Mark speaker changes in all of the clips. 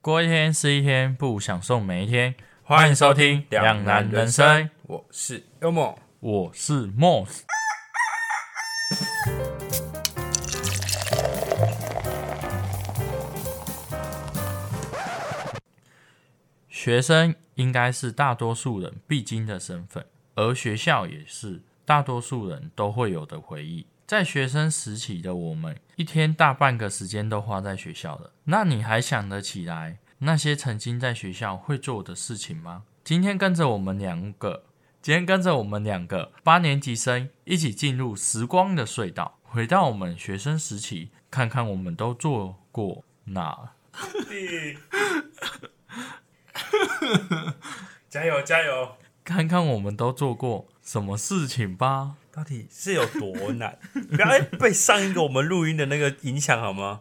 Speaker 1: 过一天是一天，不享受每一天。欢迎收听《两难人生》，
Speaker 2: 我是 幽默。
Speaker 1: 我是 Moss。学生应该是大多数人必经的身份，而学校也是大多数人都会有的回忆。在学生时期的我们，一天大半个时间都花在学校了。那你还想得起来那些曾经在学校会做的事情吗？今天跟着我们两个今天跟着我们两个八年级生一起进入时光的隧道，回到我们学生时期，看看我们都做过哪。
Speaker 2: 加油加油！
Speaker 1: 看看我们都做过什么事情吧。
Speaker 2: 到底是有多难？ 不要哎被上一个我们录音的那个影响 好吗？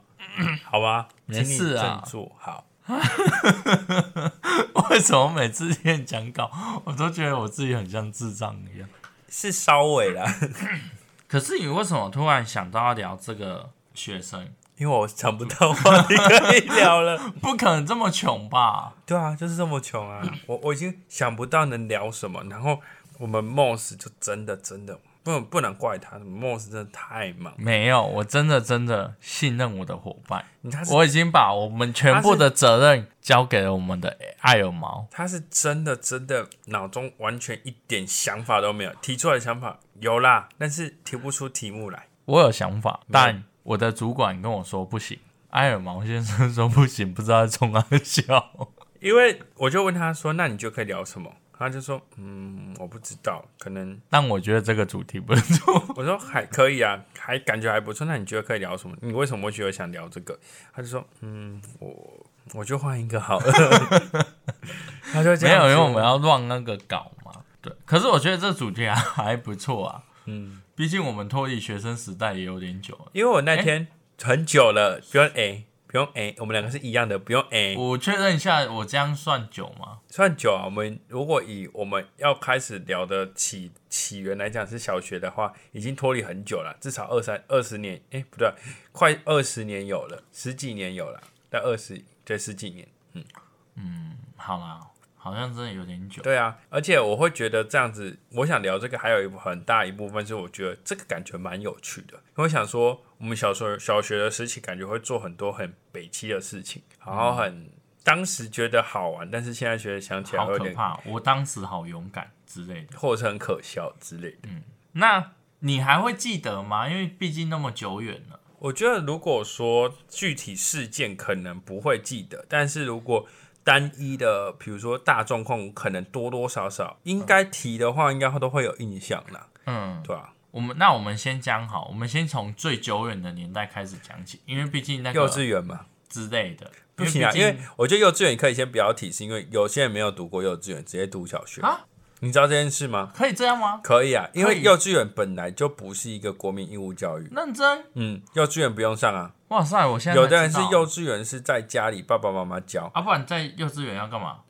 Speaker 2: 好吧，
Speaker 1: 没事啊
Speaker 2: 请你振作好。
Speaker 1: 为什么每次念讲稿，我都觉得我自己很像智障一样？
Speaker 2: 是稍微啦，
Speaker 1: 可是你为什么突然想到要聊这个学生？
Speaker 2: 因为我想不到话题可以聊 了。
Speaker 1: 不可能这么穷吧？
Speaker 2: 对啊，就是这么穷啊！我我已经想不到能聊什么，然后我们 Moss 就真的真的不能不能怪他，Moss 真的太忙，
Speaker 1: 没有，我真的真的信任我的伙伴。
Speaker 2: 你他是
Speaker 1: 我已经把我们全部的责任交给了我们的艾尔毛。
Speaker 2: 他是真的真的脑中完全一点想法都没有，提出来的想法有啦，但是提不出题目来。
Speaker 1: 我有想法，
Speaker 2: 没有
Speaker 1: 但我的主管跟我说不行。艾尔毛先生说不行，不知道在冲他笑。
Speaker 2: 因为我就问他说：“那你就可以聊什么？”他就说：“嗯，我不知道，可能。
Speaker 1: 但我觉得这个主题不错。”
Speaker 2: 我说：“还可以啊，还感觉还不错。那你觉得可以聊什么？你为什么会觉得想聊这个？”他就说：“嗯，我我就换一个好了。”他就这
Speaker 1: 没
Speaker 2: 样
Speaker 1: 有，
Speaker 2: 子
Speaker 1: 因为我们要乱那个稿嘛。对，可是我觉得这主题还还不错啊。嗯，毕竟我们脱离学生时代也有点久了。
Speaker 2: 因为我那天很久了，不用 A，不用 A，我们两个是一样的，不用 A。
Speaker 1: 我确认一下，我这样算久吗？
Speaker 2: 算久啊。我们如果以我们要开始聊的起起源来讲是小学的话，已经脱离很久了，至少二三二十年，哎、不对，快二十年有了，十几年有了，但二十对十几年，
Speaker 1: 好啦，好像真的有点久。
Speaker 2: 对啊。而且我会觉得这样子，我想聊这个还有一部很大一部分是我觉得这个感觉蛮有趣的，因为我想说我们小时候小学的时期感觉会做很多很北七的事情，然后很。当时觉得好玩，但是现在觉得想起来
Speaker 1: 好
Speaker 2: 会有
Speaker 1: 可
Speaker 2: 点，
Speaker 1: 怕！我当时好勇敢之类的。
Speaker 2: 或者是很可笑之类的。
Speaker 1: 那你还会记得吗？因为毕竟那么久远了。
Speaker 2: 我觉得，如果说具体事件可能不会记得，但是如果单一的，比如说大状况，可能多多少少应该提的话，应该都会有印象啦，
Speaker 1: 嗯，
Speaker 2: 对吧、
Speaker 1: 我们那我们先讲好，我们先从最久远的年代开始讲起，因为毕竟那
Speaker 2: 幼
Speaker 1: 个
Speaker 2: 稚园嘛，
Speaker 1: 之类的，
Speaker 2: 不行啊，
Speaker 1: 嗯毕
Speaker 2: 因
Speaker 1: 竟
Speaker 2: 为我觉得幼稚园可以先不要提，是因为有些人没有读过幼稚园，直接读小学
Speaker 1: 啊
Speaker 2: 你知道这件事吗？
Speaker 1: 可以这样吗？
Speaker 2: 可以啊，因
Speaker 1: 可
Speaker 2: 为
Speaker 1: 以
Speaker 2: 幼稚园本来就不是一个国民义务教育，
Speaker 1: 认真，
Speaker 2: 嗯，幼稚园不用上啊。
Speaker 1: 哇塞！我现在才
Speaker 2: 有的人
Speaker 1: 知
Speaker 2: 是
Speaker 1: 道
Speaker 2: 幼稚园是在家里爸爸妈妈教，
Speaker 1: 啊，不然在幼稚园要干嘛？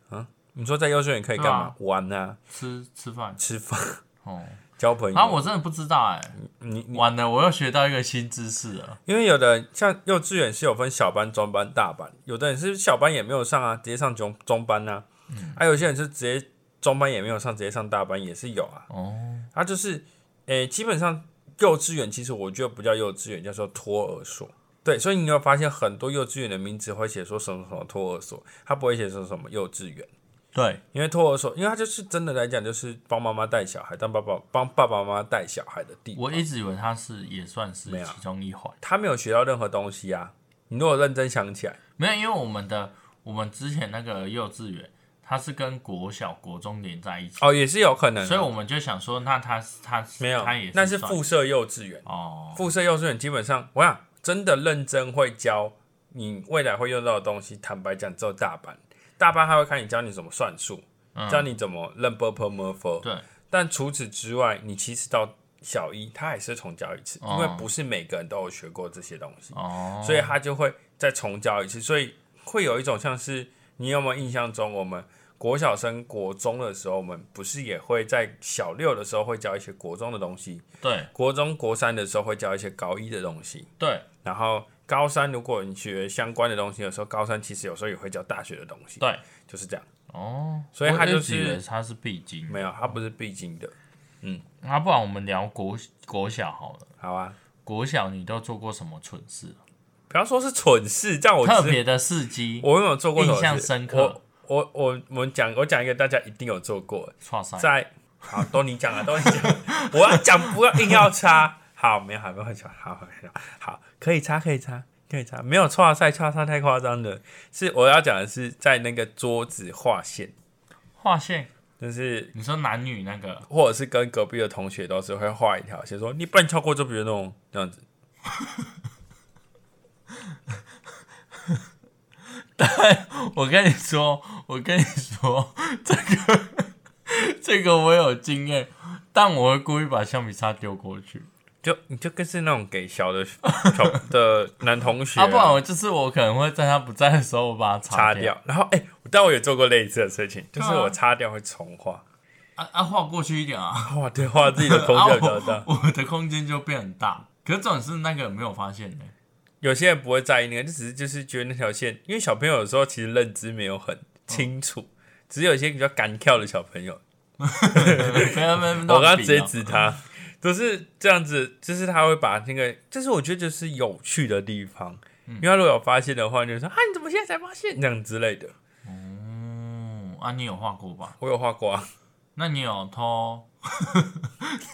Speaker 2: 你说在幼稚园可以干
Speaker 1: 对
Speaker 2: 嘛
Speaker 1: 啊？
Speaker 2: 玩啊，
Speaker 1: 吃吃饭
Speaker 2: 吃饭。
Speaker 1: 哦。
Speaker 2: 交朋友。
Speaker 1: 啊，我真的不知道哎、
Speaker 2: 你你，
Speaker 1: 完了，我又学到一个新知识了。
Speaker 2: 因为有的人像幼稚园是有分小班、中班、大班，有的人是小班也没有上啊，直接上中中班啊，
Speaker 1: 嗯
Speaker 2: 还、有些人是直接中班也没有上，直接上大班也是有啊。
Speaker 1: 哦，
Speaker 2: 他就是，诶、基本上幼稚园其实我觉得不叫幼稚园，叫做托儿所。对，所以你有发现很多幼稚园的名字会写说什么什么托儿所，他不会写说什么幼稚园。
Speaker 1: 对，
Speaker 2: 因为托儿所，因为他就是真的来讲，就是帮妈妈带小孩，当爸爸帮爸爸妈妈带小孩的地方。
Speaker 1: 我一直以为它是也算是
Speaker 2: 没有啊
Speaker 1: 其中一环。
Speaker 2: 他没有学到任何东西啊。你如果认真想起来，
Speaker 1: 没有，因为我们的我们之前那个幼稚园，它是跟国小、国中连在一起，
Speaker 2: 哦，也是有可能啊、
Speaker 1: 所以我们就想说，那它它
Speaker 2: 没有
Speaker 1: 它也，
Speaker 2: 那
Speaker 1: 是
Speaker 2: 是
Speaker 1: 算
Speaker 2: 附设幼稚园。
Speaker 1: 哦，
Speaker 2: 附设幼稚园基本上，我想真的认真会教你未来会用到的东西。坦白讲，只有大班，大班他会开始教你怎么算数，
Speaker 1: 嗯
Speaker 2: 教你怎么认 b u r p l e m u r f
Speaker 1: 对，
Speaker 2: 但除此之外，你其实到小一，他还是重教一次，
Speaker 1: 哦
Speaker 2: 因为不是每个人都有学过这些东西。
Speaker 1: 哦，
Speaker 2: 所以他就会再重教一次，所以会有一种像是你有没有印象中，我们国小升国中的时候，我们不是也会在小六的时候会教一些国中的东西，
Speaker 1: 对
Speaker 2: 国中国三的时候会教一些高一的东西，
Speaker 1: 对
Speaker 2: 然后高三如果你学相关的东西的时候，高三其实有时候也会教大学的东西，
Speaker 1: 对，
Speaker 2: 就是这样。
Speaker 1: 哦，
Speaker 2: 所以它就
Speaker 1: 我一直以
Speaker 2: 是
Speaker 1: 为它是必经。
Speaker 2: 没有，它不是必经的。
Speaker 1: 那、不然我们聊国国小好了。
Speaker 2: 好啊，
Speaker 1: 国小你都做过什么蠢事？啊
Speaker 2: 不要说是蠢事，这样我
Speaker 1: 特
Speaker 2: 知
Speaker 1: 别的事迹，
Speaker 2: 我有没有做过什么事
Speaker 1: 印象深刻。
Speaker 2: 我我我我讲我讲一个大家一定有做过，
Speaker 1: 创伤
Speaker 2: 在好都你讲啊，都你讲，我要讲不要硬要插。好，没有好没有很巧，好很巧，好可以插可以插可以插，没有错赛错插太夸张了。是我要讲的是在那个桌子画线，
Speaker 1: 划线，
Speaker 2: 就是
Speaker 1: 你说男女那个
Speaker 2: 或者是跟隔壁的同学都是会画一条线，说你不能超过这边哦，这样子。
Speaker 1: 我跟你说，我跟你说，这个这个我有经验，但我会故意把橡皮擦丢过去，
Speaker 2: 就你就更是那种给小的小的男同学、
Speaker 1: 啊，不然我就是我可能会在他不在的时候我把它
Speaker 2: 擦
Speaker 1: 掉，
Speaker 2: 掉。然后哎、但我也做过类似的事情，就是
Speaker 1: 对啊
Speaker 2: 我擦掉会重画，
Speaker 1: 啊啊，画过去一点啊，
Speaker 2: 画对画自己的空间比较
Speaker 1: 啊
Speaker 2: 大。
Speaker 1: 我我的空间就变很大。可是重点是那个没有发现呢、
Speaker 2: 有些人不会在意那个，就只是就是觉得那条线，因为小朋友有时候其实认知没有很清楚，只是有一些比较干跳的小朋友，
Speaker 1: 没有没有，没有
Speaker 2: 我刚刚直接
Speaker 1: 比啊
Speaker 2: 指他，就是这样子，就是他会把那个，这是我觉得就是有趣的地方。
Speaker 1: 嗯
Speaker 2: 因为他如果有发现的话，你就说啊，你怎么现在才发现这样之类的。
Speaker 1: 嗯，啊，你有画过吧？
Speaker 2: 我有画过啊，
Speaker 1: 那你有偷？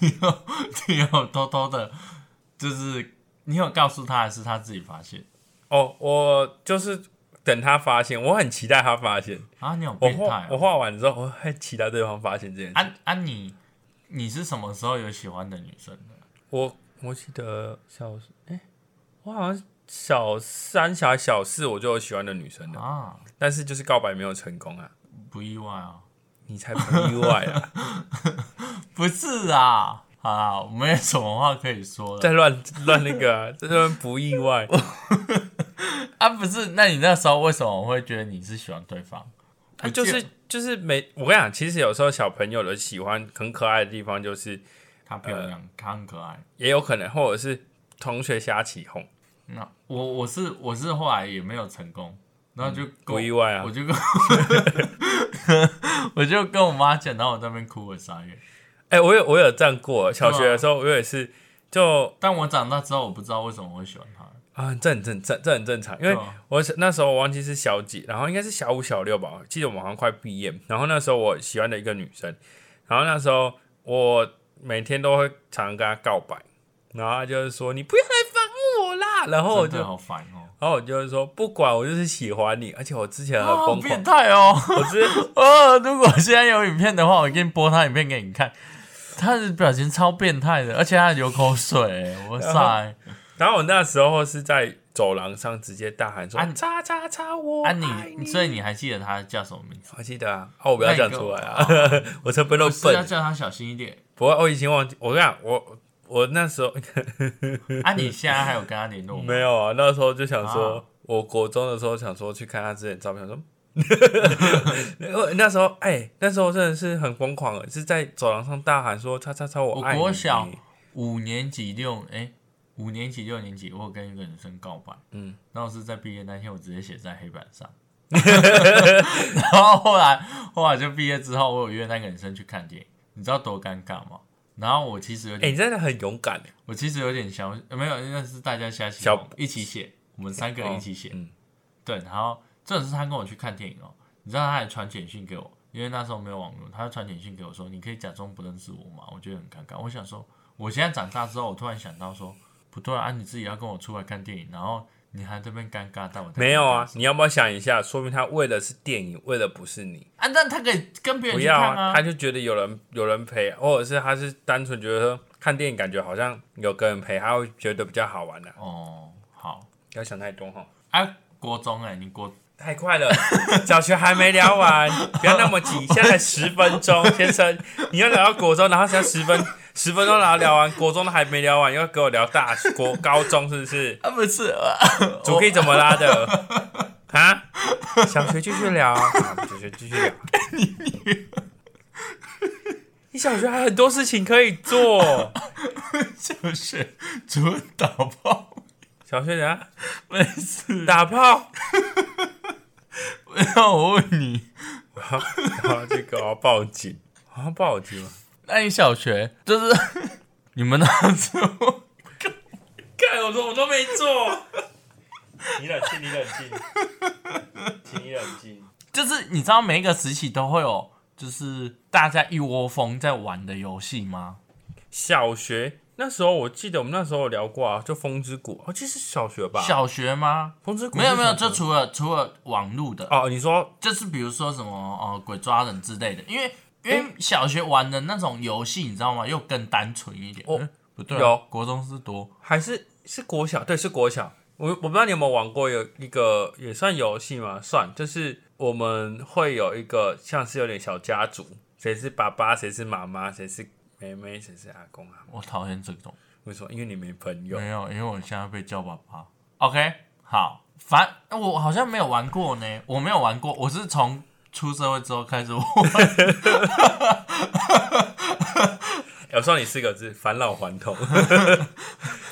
Speaker 1: 你有你有偷偷的，就是你有告诉他，还是他自己发现？
Speaker 2: 哦，我就是等他发现，我很期待他发现。
Speaker 1: 啊，你有
Speaker 2: 我
Speaker 1: 变态
Speaker 2: 画我
Speaker 1: 哦、
Speaker 2: 画完之后，我会期待对方发现这件事。
Speaker 1: 啊啊你！你是什么时候有喜欢的女生的？
Speaker 2: 我我记得小哎、我好像小三、小小四我就有喜欢的女生了，
Speaker 1: 啊，
Speaker 2: 但是就是告白没有成功啊。
Speaker 1: 不意外啊？
Speaker 2: 你才不意外啊！
Speaker 1: 不是啊，好啦，我没有什么话可以说了
Speaker 2: 在乱乱那个、啊，这段不意外。
Speaker 1: 啊。不是，那你那时候为什么会觉得你是喜欢对方？
Speaker 2: 他就是就是没，我跟你讲，其实有时候小朋友的喜欢很可爱的地方，就是
Speaker 1: 她漂亮，她、很可爱。
Speaker 2: 也有可能，或者是同学瞎起哄，
Speaker 1: 那我我是我是后来也没有成功，然后就跟
Speaker 2: 不
Speaker 1: 我
Speaker 2: 意外啊
Speaker 1: 我。 就跟我就跟我妈讲，然后我在那边哭了三月。
Speaker 2: 哎、我有我有这样过，小学
Speaker 1: 嗯
Speaker 2: 的时候我也是就
Speaker 1: 但我长大之后，我不知道为什么会喜欢她。
Speaker 2: 啊，这很正这这很正常，因为
Speaker 1: 对啊
Speaker 2: 我是那时候我忘记是小几，然后应该是小五小六吧，我记得我们好像快毕业，然后那时候我喜欢的一个女生，然后那时候我每天都会常常跟她告白，然后她就是说你不要来烦我啦，然后我
Speaker 1: 真
Speaker 2: 就
Speaker 1: 的好烦哦、
Speaker 2: 然后我就是说不管我就是喜欢你，而且我之前很
Speaker 1: 啊好
Speaker 2: 呃疯
Speaker 1: 变
Speaker 2: 狂，
Speaker 1: 态哦！
Speaker 2: 我之前
Speaker 1: 哦，如果现在有影片的话，我给你播他影片给你看。他的表情超变态的，而且他流口水、我塞！
Speaker 2: 然后我那时候是在走廊上直接大喊说
Speaker 1: 啊你
Speaker 2: 叉叉叉我
Speaker 1: 啊
Speaker 2: 爱
Speaker 1: 你，
Speaker 2: 你，
Speaker 1: 所以你还记得他叫什么名字？
Speaker 2: 我记得啊，哦我不要
Speaker 1: 那你
Speaker 2: 讲
Speaker 1: 跟
Speaker 2: 出
Speaker 1: 我
Speaker 2: 来 啊，我才不会那么
Speaker 1: 是啊要
Speaker 2: 笨。
Speaker 1: 叫他小心一点。
Speaker 2: 不过我已经忘记，我跟你讲，我我 那时候
Speaker 1: 啊，你现在还有跟他联络吗？
Speaker 2: 没有啊，那时候就想说，
Speaker 1: 啊
Speaker 2: 我国中的时候想说去看他之前的照片，想说， 我那时候哎、那时候真的是很疯狂的，是在走廊上大喊说“叉叉叉，我
Speaker 1: 我
Speaker 2: 爱你”。
Speaker 1: 国小嗯五年级六哎、五年级六年级，我有跟一个女生告白，
Speaker 2: 嗯，
Speaker 1: 然后是在毕业那天，我直接写在黑板上。 然后后来后来就毕业之后，我有约那个女生去看电影，你知道多尴尬吗？然后我其实有
Speaker 2: 哎、
Speaker 1: 点，
Speaker 2: 你真的很勇敢耶，欸
Speaker 1: 我其实有点小，呃没有，那是大家瞎起
Speaker 2: 小
Speaker 1: 哄一起写，我们三个人一起写，
Speaker 2: 嗯，
Speaker 1: 对，然后这是他跟我去看电影哦，你知道他还传简讯给我，因为那时候没有网络，他就传简讯给我说，你可以假装不认识我嘛，我觉得很尴尬。我想说，我现在长大之后，我突然想到说，不对啊，你自己要跟我出来看电影，然后你还这边尴尬，但我在
Speaker 2: 没有
Speaker 1: 尴
Speaker 2: 啊
Speaker 1: 尬，
Speaker 2: 你要不要想一下？说明他为的是电影，为的不是你。
Speaker 1: 啊，但他可以跟别人
Speaker 2: 不
Speaker 1: 哎去
Speaker 2: 要
Speaker 1: 看
Speaker 2: 啊，他就觉得有人有人陪，啊或者是他是单纯觉得说看电影感觉好像有个人陪，他会觉得比较好玩的、啊。
Speaker 1: 哦，好
Speaker 2: 不要想太多哈。
Speaker 1: 啊，国中哎、你国
Speaker 2: 太快了， 小学还没聊完，不要那么急，现在才十分钟，先生，你要聊到国中，然后现在十分 十分钟，然后聊完国中都还没聊完，又要给我聊大学国高中是不是？
Speaker 1: 啊不是，啊
Speaker 2: 主 K 怎么拉的？ 啊？小学继续聊，啊小学继续聊。你小学还很多事情可以做，
Speaker 1: 小学主任打炮，
Speaker 2: 小学怎样
Speaker 1: 没事。
Speaker 2: 打炮？
Speaker 1: 那我问你，
Speaker 2: 然后这个我要报警，我要报警吗？
Speaker 1: 那你小学就是 你们那时候，
Speaker 2: 看我说我都没做， 你冷静，你冷静，请你冷静。
Speaker 1: 就是你知道每一个时期都会有，就是大家一窝蜂在玩的游戏吗？
Speaker 2: 小学那时候，我记得我们那时候有聊过啊，就风之谷，哦，这是小学吧？
Speaker 1: 小学吗？
Speaker 2: 风之谷
Speaker 1: 没有没有，
Speaker 2: 是
Speaker 1: 就
Speaker 2: 小学
Speaker 1: 除了除了网络的，
Speaker 2: 哦，你说
Speaker 1: 就是比如说什么呃鬼抓人之类的，因为因为小学玩的那种游戏，你知道吗？又更单纯一点。
Speaker 2: 哦
Speaker 1: 嗯不对啊，
Speaker 2: 有
Speaker 1: 国中是多
Speaker 2: 还是是国小？对，是国小。我我不知道你有没有玩过有一个也算游戏吗？算，就是我们会有一个像是有点小家族，谁是爸爸，谁是妈妈，谁是妹妹，谁是阿公啊？
Speaker 1: 我讨厌这种。
Speaker 2: 为什么？因为你没朋友。
Speaker 1: 没有，因为我现在被叫爸爸。OK，好，反我好像没有玩过呢，我没有玩过，我是从出社会之后开始玩。
Speaker 2: 有时候你四个字，返老还童。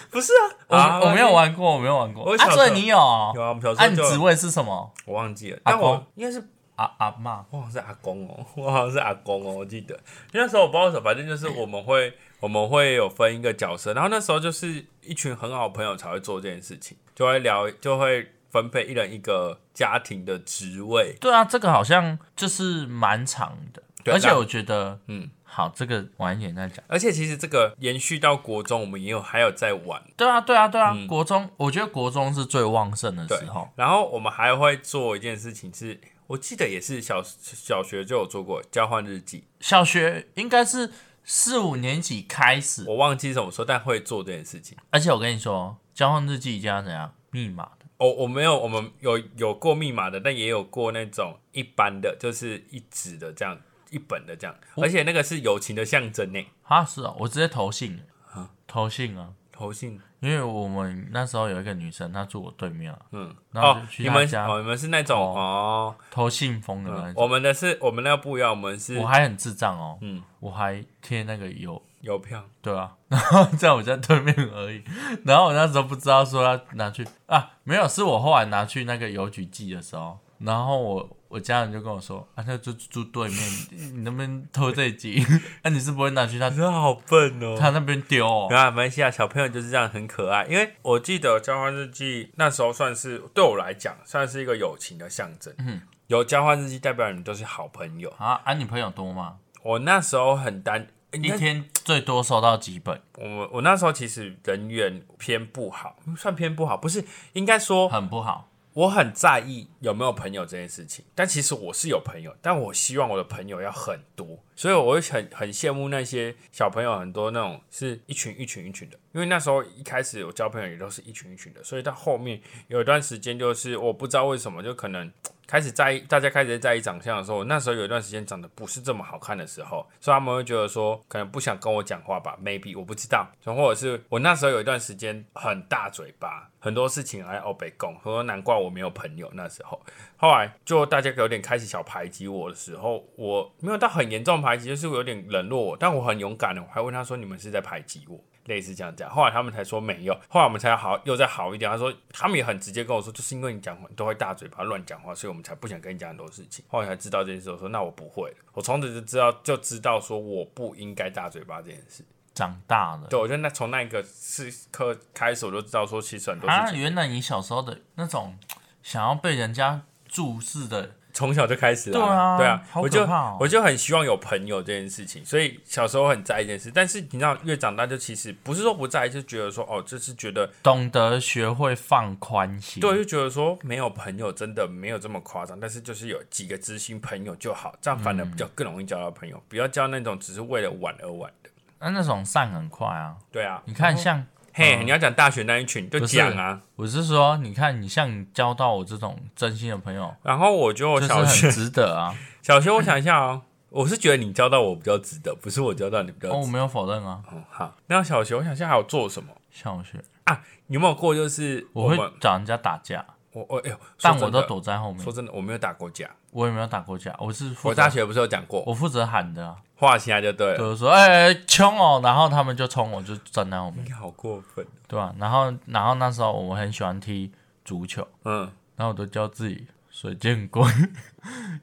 Speaker 2: 不是
Speaker 1: 我、
Speaker 2: 啊，
Speaker 1: 我没有
Speaker 2: 玩。
Speaker 1: 玩过，我没有玩过。
Speaker 2: 我
Speaker 1: 啊，
Speaker 2: 小时候
Speaker 1: 所以你有？
Speaker 2: 有啊，我们小时
Speaker 1: 啊，
Speaker 2: 候
Speaker 1: 你
Speaker 2: 就
Speaker 1: 职位是什么？
Speaker 2: 我忘记了，
Speaker 1: 阿
Speaker 2: 但我
Speaker 1: 公
Speaker 2: 应该是
Speaker 1: 啊阿妈
Speaker 2: 我好像是阿公哦，我好像是阿公哦，我记得那时候我不知道什么，反正就是我们会我们会有分一个角色，然后那时候就是一群很好的朋友才会做这件事情，就会聊，就会分配一人一个家庭的职位，
Speaker 1: 对啊，这个好像就是蛮长的，
Speaker 2: 对啊
Speaker 1: 而且
Speaker 2: 那
Speaker 1: 我觉得，
Speaker 2: 嗯，
Speaker 1: 好，这个晚一点再讲。
Speaker 2: 而且其实这个延续到国中，我们也有还有在玩，
Speaker 1: 对啊，对啊，对啊，
Speaker 2: 嗯
Speaker 1: 国中我觉得国中是最旺盛的
Speaker 2: 对
Speaker 1: 时候，，
Speaker 2: 然后我们还会做一件事情是。我记得也是小小学就有做过交换日记，
Speaker 1: 小学应该是四五年级开始，
Speaker 2: 我忘记什么时候，但会做这件事情。
Speaker 1: 而且我跟你说，交换日记一定要怎样密码的。
Speaker 2: 哦，我没有，我们有有过密码的，但也有过那种一般的，就是一纸的这样，一本的这样，
Speaker 1: 哦
Speaker 2: 而且那个是友情的象征呢。
Speaker 1: 啊，是哦，我直接投信了，投信啊，
Speaker 2: 投信，
Speaker 1: 因为我们那时候有一个女生，她住我对面啊，
Speaker 2: 嗯，
Speaker 1: 然后
Speaker 2: 哦
Speaker 1: 就，去
Speaker 2: 你
Speaker 1: 他
Speaker 2: 们
Speaker 1: 家
Speaker 2: 哦，你们是那种哦，
Speaker 1: 投信封的那
Speaker 2: 嗯
Speaker 1: 一种，
Speaker 2: 我们的是，我们那个不一样，我们是
Speaker 1: 我还很智障哦，
Speaker 2: 嗯，
Speaker 1: 我还贴那个邮，
Speaker 2: 邮票，
Speaker 1: 对啊，然后在我家对面而已，然后我那时候不知道说要拿去啊，没有，是我后来拿去那个邮局寄的时候，然后我。我家人就跟我说：“啊，他就住对面，你你能不能偷这一集？ 那、你是不会拿去他
Speaker 2: 真的好笨哦。
Speaker 1: 他那边丢 哦？
Speaker 2: 然后马来西亚啊小朋友就是这样很可爱，因为我记得交换日记那时候算是对我来讲算是一个友情的象征。嗯，有交换日记代表你们都是好朋友。
Speaker 1: 啊啊！你朋友多吗？
Speaker 2: 我那时候很单，
Speaker 1: 一
Speaker 2: 你
Speaker 1: 天最多收到几本？
Speaker 2: 我我那时候其实人缘偏不好，算偏不好，不是应该说
Speaker 1: 很不好。
Speaker 2: 我很在意有没有朋友这件事情，但其实我是有朋友，但我希望我的朋友要很多，所以我会很很羡慕那些小朋友，很多那种是一群一群一群的，因为那时候一开始我交朋友也都是一群一群的，所以到后面有一段时间就是我不知道为什么，就可能开始在意大家开始在意长相的时候，我那时候有一段时间长得不是这么好看的时候，所以他们会觉得说可能不想跟我讲话吧，maybe 我不知道，或者是我那时候有一段时间很大嘴巴，很多事情还欧北共，说难怪我没有朋友那时候。后来就大家有点开始小排挤我的时候，我没有到很严重排挤，就是有点冷落我，但我很勇敢的，我还问他说你们是在排挤我。类似这样讲，后来他们才说没有，后来我们才好又再好一点。他说他们也很直接跟我说，就是因为你讲话你都会大嘴巴乱讲话，所以我们才不想跟你讲很多事情。后来才知道这件事，我说那我不会了，我从此就知道就知道说我不应该大嘴巴这件事。
Speaker 1: 长大了
Speaker 2: 对，我觉得那从那一个时刻开始，我就知道说其实很多事
Speaker 1: 啊，
Speaker 2: 情
Speaker 1: 原来你小时候的那种想要被人家注视的，
Speaker 2: 从小就开始了。
Speaker 1: 对啊
Speaker 2: 对啊，
Speaker 1: 好
Speaker 2: 我就
Speaker 1: 可怕哦
Speaker 2: 我就很希望有朋友这件事情，所以小时候很在意这件事。但是你知道，越长大就其实不是说不在意，就觉得说哦，就是觉得
Speaker 1: 懂得学会放宽心。
Speaker 2: 对，，就觉得说没有朋友真的没有这么夸张，但是就是有几个知心朋友就好，这样反而
Speaker 1: 嗯
Speaker 2: 比较更容易交到朋友，不要交那种只是为了玩而玩的。
Speaker 1: 那、那种散很快啊。
Speaker 2: 对啊，
Speaker 1: 你看
Speaker 2: 然后
Speaker 1: 像，
Speaker 2: 嘿，你要讲大学那一群就
Speaker 1: 哦不是
Speaker 2: 讲啊，
Speaker 1: 我是说，你看你像你交到我这种真心的朋友，
Speaker 2: 然后我觉得我
Speaker 1: 就是
Speaker 2: 小学
Speaker 1: 很值得 啊。
Speaker 2: 小学我想一下哦，我是觉得你交到我比较值得，不是我交到你比较
Speaker 1: 哦，我
Speaker 2: 值
Speaker 1: 没有否认啊。
Speaker 2: 得。哦，好，那小学我想一下还有做什么
Speaker 1: 小学
Speaker 2: 啊？你有没有过就是
Speaker 1: 我
Speaker 2: 我们
Speaker 1: 会找人家打架，
Speaker 2: 我我哎呦，说
Speaker 1: 但
Speaker 2: 真
Speaker 1: 我都
Speaker 2: 的
Speaker 1: 躲在后面
Speaker 2: 说，真的，我没有打过架。
Speaker 1: 我也没有打过架，我是负责
Speaker 2: 我大学不是有讲过，
Speaker 1: 我负责喊的、啊，
Speaker 2: 画起来就对了。
Speaker 1: 就是说哎、欸冲哦，然后他们就冲，我就站在后面，
Speaker 2: 你好过分，
Speaker 1: 对吧、然后然后那时候我很喜欢踢足球，
Speaker 2: 嗯，
Speaker 1: 然后我都叫自己水箭龟，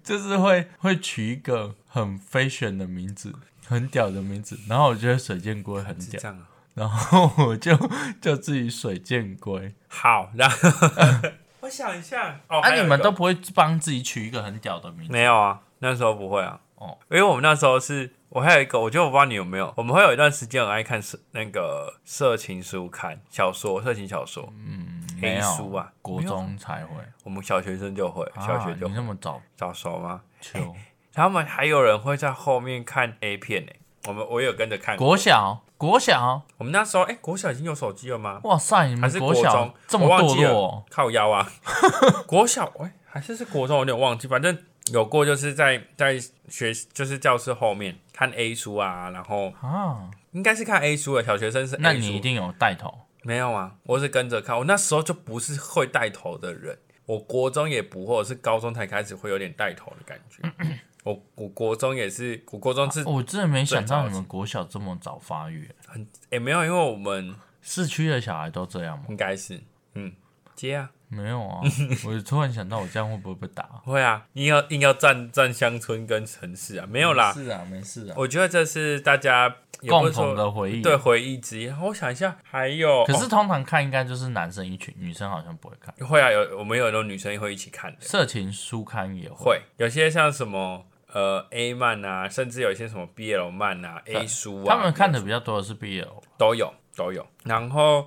Speaker 1: 就是会会取一个很飞选的名字，很屌的名字，然后我觉得水箭龟很
Speaker 2: 是
Speaker 1: 屌，
Speaker 2: 这样啊。
Speaker 1: 然后我就 叫自己水箭龟。
Speaker 2: 好，然后 我想一下，哦，
Speaker 1: 啊，
Speaker 2: 还有
Speaker 1: 你
Speaker 2: 一
Speaker 1: 们
Speaker 2: 个
Speaker 1: 都不会帮自己取一个很屌的名字？
Speaker 2: 没有啊？那时候不会啊。
Speaker 1: 哦
Speaker 2: 哦，因为我们那时候是，我还有一个，我觉得我不知道你有没有，我们会有一段时间很爱看色那个色情书刊、小说、色情小说，
Speaker 1: 嗯，没
Speaker 2: 黑
Speaker 1: 有
Speaker 2: 书啊
Speaker 1: 国中才会，
Speaker 2: 我们小学生就会，小学就哎
Speaker 1: 啊、你那么早
Speaker 2: 早熟吗？
Speaker 1: 秋，
Speaker 2: 他们还有人会在后面看 A 片呢、我们我也有跟着看过，
Speaker 1: 国小国小，
Speaker 2: 我们那时候哎、国小已经有手机了吗？
Speaker 1: 哇塞，你
Speaker 2: 还
Speaker 1: 们
Speaker 2: 是
Speaker 1: 嗯国
Speaker 2: 国
Speaker 1: 小
Speaker 2: 中
Speaker 1: 这么
Speaker 2: 我忘
Speaker 1: 堕
Speaker 2: 记了
Speaker 1: 落、哦，
Speaker 2: 靠 腰啊，国小哎、还是是国中，我有点忘记，反正有过就是在在学就是教室后面看 A 书啊，然后
Speaker 1: 啊？
Speaker 2: 应该是看 A 书的小学生是 A 书，
Speaker 1: 那你一定有带头，
Speaker 2: 没有啊？我是跟着看，我那时候就不是会带头的人，我国中也不会，我是高中才开始会有点带头的感 觉。我我国中也是，我国中是
Speaker 1: 我真的没想
Speaker 2: 最早
Speaker 1: 到
Speaker 2: 的
Speaker 1: 你们国小这么早发育，
Speaker 2: 也、没有，因为我们
Speaker 1: 市区的小孩都这样吗？
Speaker 2: 应该是嗯接啊，
Speaker 1: 没有 啊，我突然想到，我这样会不会被打？
Speaker 2: 会啊，硬要硬要站站乡村跟城市啊，没有啦，
Speaker 1: 是啊，没事啊，
Speaker 2: 我觉得这是大家也不
Speaker 1: 共
Speaker 2: 是说
Speaker 1: 同的回忆。
Speaker 2: 对，哦回忆之一。然后我想一下，还有
Speaker 1: 可是通常看应该就是男生一群，女生好像不会看。
Speaker 2: 哦会啊，有我们有那种女生会一起看的，
Speaker 1: 色情书刊也会，
Speaker 2: 会有些像什么呃 A 漫啊，甚至有一些什么 BL 漫啊、A 书啊，
Speaker 1: 他们看的比较多的是 BL。
Speaker 2: 都有都有。然后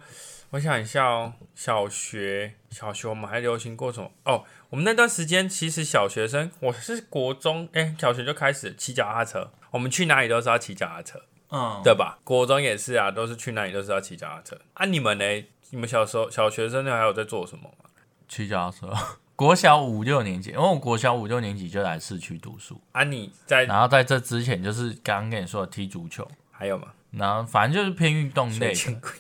Speaker 2: 我想一下哦，小学小学我们还流行过什么？哦，我们那段时间其实小学生，我是国中哎、小学就开始骑脚踏车，我们去哪里都是要骑脚踏车。
Speaker 1: 嗯，
Speaker 2: 对吧？国中也是啊，都是去哪里都是要骑脚踏车啊。你们呢？你们小时候小学生呢还有在做什么吗？
Speaker 1: 骑脚踏车。 国小五六年级，因为我国小五六年级就来市区读书，
Speaker 2: 啊，你在
Speaker 1: 然后在这之前就是刚刚跟你说的踢足球，
Speaker 2: 还有吗？
Speaker 1: 然后反正就是偏运动类
Speaker 2: 水
Speaker 1: 的。
Speaker 2: 箭龟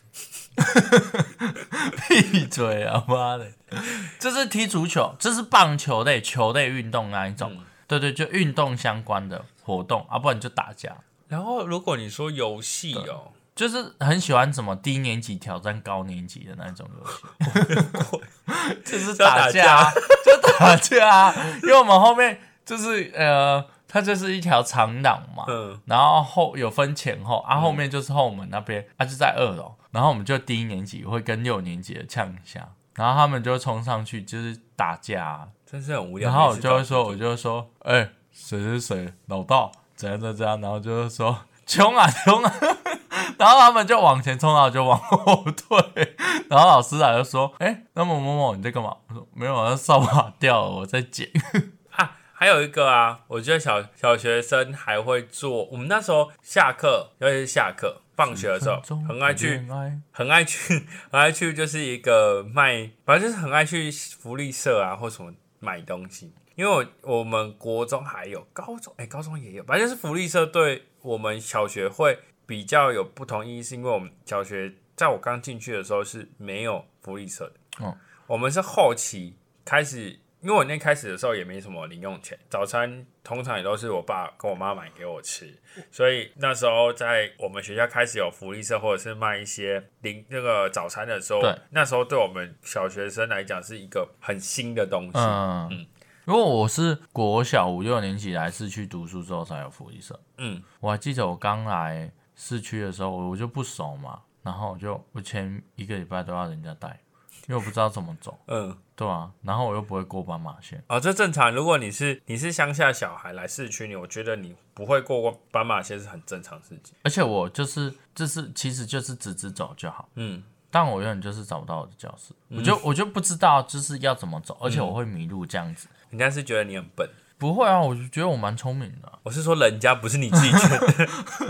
Speaker 1: 闭嘴啊！妈的，这是踢足球，这是棒球类球类运动那一种。对对，就运动相关的活动啊，不然就打架。
Speaker 2: 然后如果你说游戏哦，
Speaker 1: 就是很喜欢什么低年级挑战高年级的那种游戏， 就是打架，就打架啊，因为我们后面就是呃，它就是一条长廊嘛，
Speaker 2: 嗯，
Speaker 1: 然后后有分前后啊，后面就是后门那边，啊就在二楼，然后我们就低年级会跟六年级的呛一下，然后他们就冲上去就是打架、啊，
Speaker 2: 真是很无聊。
Speaker 1: 然后我
Speaker 2: 每次都
Speaker 1: 就会说，我就会说，哎、谁谁谁老道怎样怎样怎样，然后就是说冲啊冲啊， 然后他们就往前冲，然后我就往后退， 然后老师来就说，哎、那某某某你在干嘛？我说没有，那扫把掉了，我在捡。
Speaker 2: 啊，还有一个啊，我觉得小小学生还会做。我们那时候下课，尤其是下课放学 的时候，很爱去
Speaker 1: 恋爱
Speaker 2: 很爱去， 很爱去，就是一个卖，反正就是很爱去福利社啊或什么买东西。因为我我们国中还有高中，哎、高中也有，反正就是福利社对我们小学会比较有不同意义，是因为我们小学在我刚进去的时候是没有福利社的，
Speaker 1: 哦，
Speaker 2: 我们是后期开始，因为我那开始的时候也没什么零用钱，早餐通常也都是我爸跟我妈买给我吃，所以那时候在我们学校开始有福利社，或者是卖一些零那个早餐的时候
Speaker 1: 对，
Speaker 2: 那时候对我们小学生来讲是一个很新的东西。
Speaker 1: 嗯嗯，因为我是国小五六年级来市区读书之后才有福利社。
Speaker 2: 嗯，
Speaker 1: 我还记得我刚来市区的时候，我我就不熟嘛，然后我就我前一个礼拜都要人家带，因为我不知道怎么走，
Speaker 2: 嗯，
Speaker 1: 对啊，然后我又不会过斑马线，
Speaker 2: 哦，这正常。如果你是你是乡下小孩来市区，你我觉得你不会过过斑马线是很正常的事情。
Speaker 1: 而且我就是就是其实就是直直走就好，
Speaker 2: 嗯，
Speaker 1: 但我永远就是找不到我的教室，我就我就不知道就是要怎么走，而且我会迷路这样子。
Speaker 2: 人家是觉得你很笨，
Speaker 1: 不会啊，我就觉得我蛮聪明的啊、
Speaker 2: 我是说人家，不是你自己觉 得。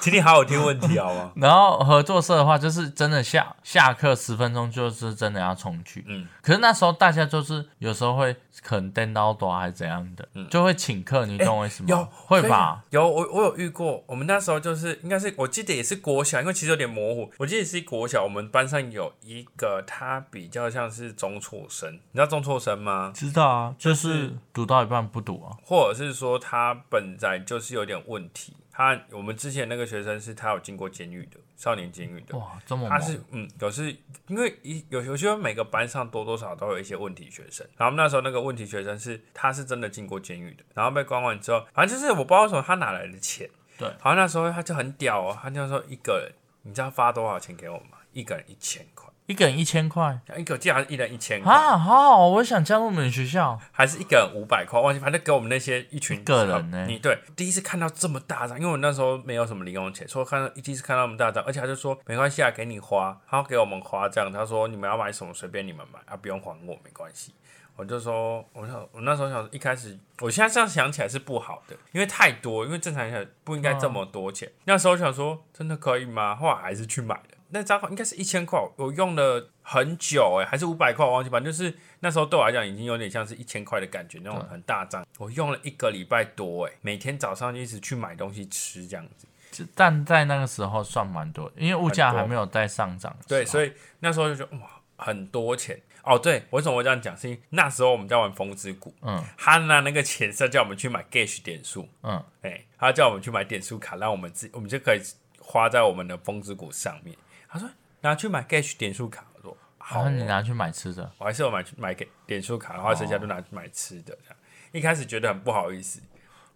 Speaker 2: 请你好好听问题，好吗？
Speaker 1: 然后合作社的话，就是真的下下课十分钟，就是真的要冲去。
Speaker 2: 嗯，
Speaker 1: 可是那时候大家就是有时候会可能登刀短还是怎样的，就会请客，你懂我意思吗？
Speaker 2: 有
Speaker 1: 会吧？？
Speaker 2: 非常有我我有遇过，我们那时候就是应该是我记得也是国小，因为其实有点模糊。我记得是国小，我们班上有一个他比较像是中辍生，你知道中辍生吗？
Speaker 1: 知道啊，就是赌到一半不赌啊。
Speaker 2: 或者是说他本来就是有点问题。他我们之前那个学生是他有进过监狱的，少年监狱的。
Speaker 1: 哇，这么
Speaker 2: 他
Speaker 1: 猛！
Speaker 2: 是嗯，有是因为一有有些每个班上多多少少都有一些问题学生，然后我们那时候那个问题学生是他是真的进过监狱的，然后被关完之后，反正就是我不知道为什么他哪来的钱，
Speaker 1: 对
Speaker 2: 然后那时候他就很屌哦，他那时候一个人，你知道发多少钱给我吗？一个人一千块，
Speaker 1: 一个人一千块
Speaker 2: 一个竟然一人一千块，
Speaker 1: 啊，好好，我也想加入你们学校。
Speaker 2: 还是一个人五百块，忘记，反正给我们那些一群
Speaker 1: 一个人呢
Speaker 2: 你对第一次看到这么大张，因为我那时候没有什么零用钱，所以我看到第一次看到那么大张，而且他就说没关系啊，给你花，他要给我们花这样，他说你们要买什么随便你们买啊，不用还我没关系。我就说，我想我那时候想，一开始我现在这样想起来是不好的，因为太多，因为正常想不应该这么多钱。那时候想说，真的可以吗？后来还是去买的。那张应该是一千块，我用了很久哎、还是五百块，我忘记，反正就是那时候对我来讲已经有点像是一千块的感觉，那种很大张。我用了一个礼拜多哎、每天早上就一直去买东西吃这样子。
Speaker 1: 这但在那个时候算蛮多，因为物价还没有在上涨。
Speaker 2: 对，所
Speaker 1: 以
Speaker 2: 以那时候就觉得哇，很多钱哦。对，为什么我这样讲？是因为那时候我们在玩风之谷，
Speaker 1: 嗯，
Speaker 2: 他拿那个钱是要叫我们去买 Gage 点数，
Speaker 1: 嗯，
Speaker 2: 哎、他叫我们去买点数卡，让我们自我们就可以花在我们的风之谷上面。他说拿去买 Gage 点数卡，我说好
Speaker 1: 然
Speaker 2: 哦、
Speaker 1: 啊后你拿哦去买吃的，
Speaker 2: 我还是有买去买给点数卡，然后剩下都拿去买吃的这样。一开始觉得很不好意思，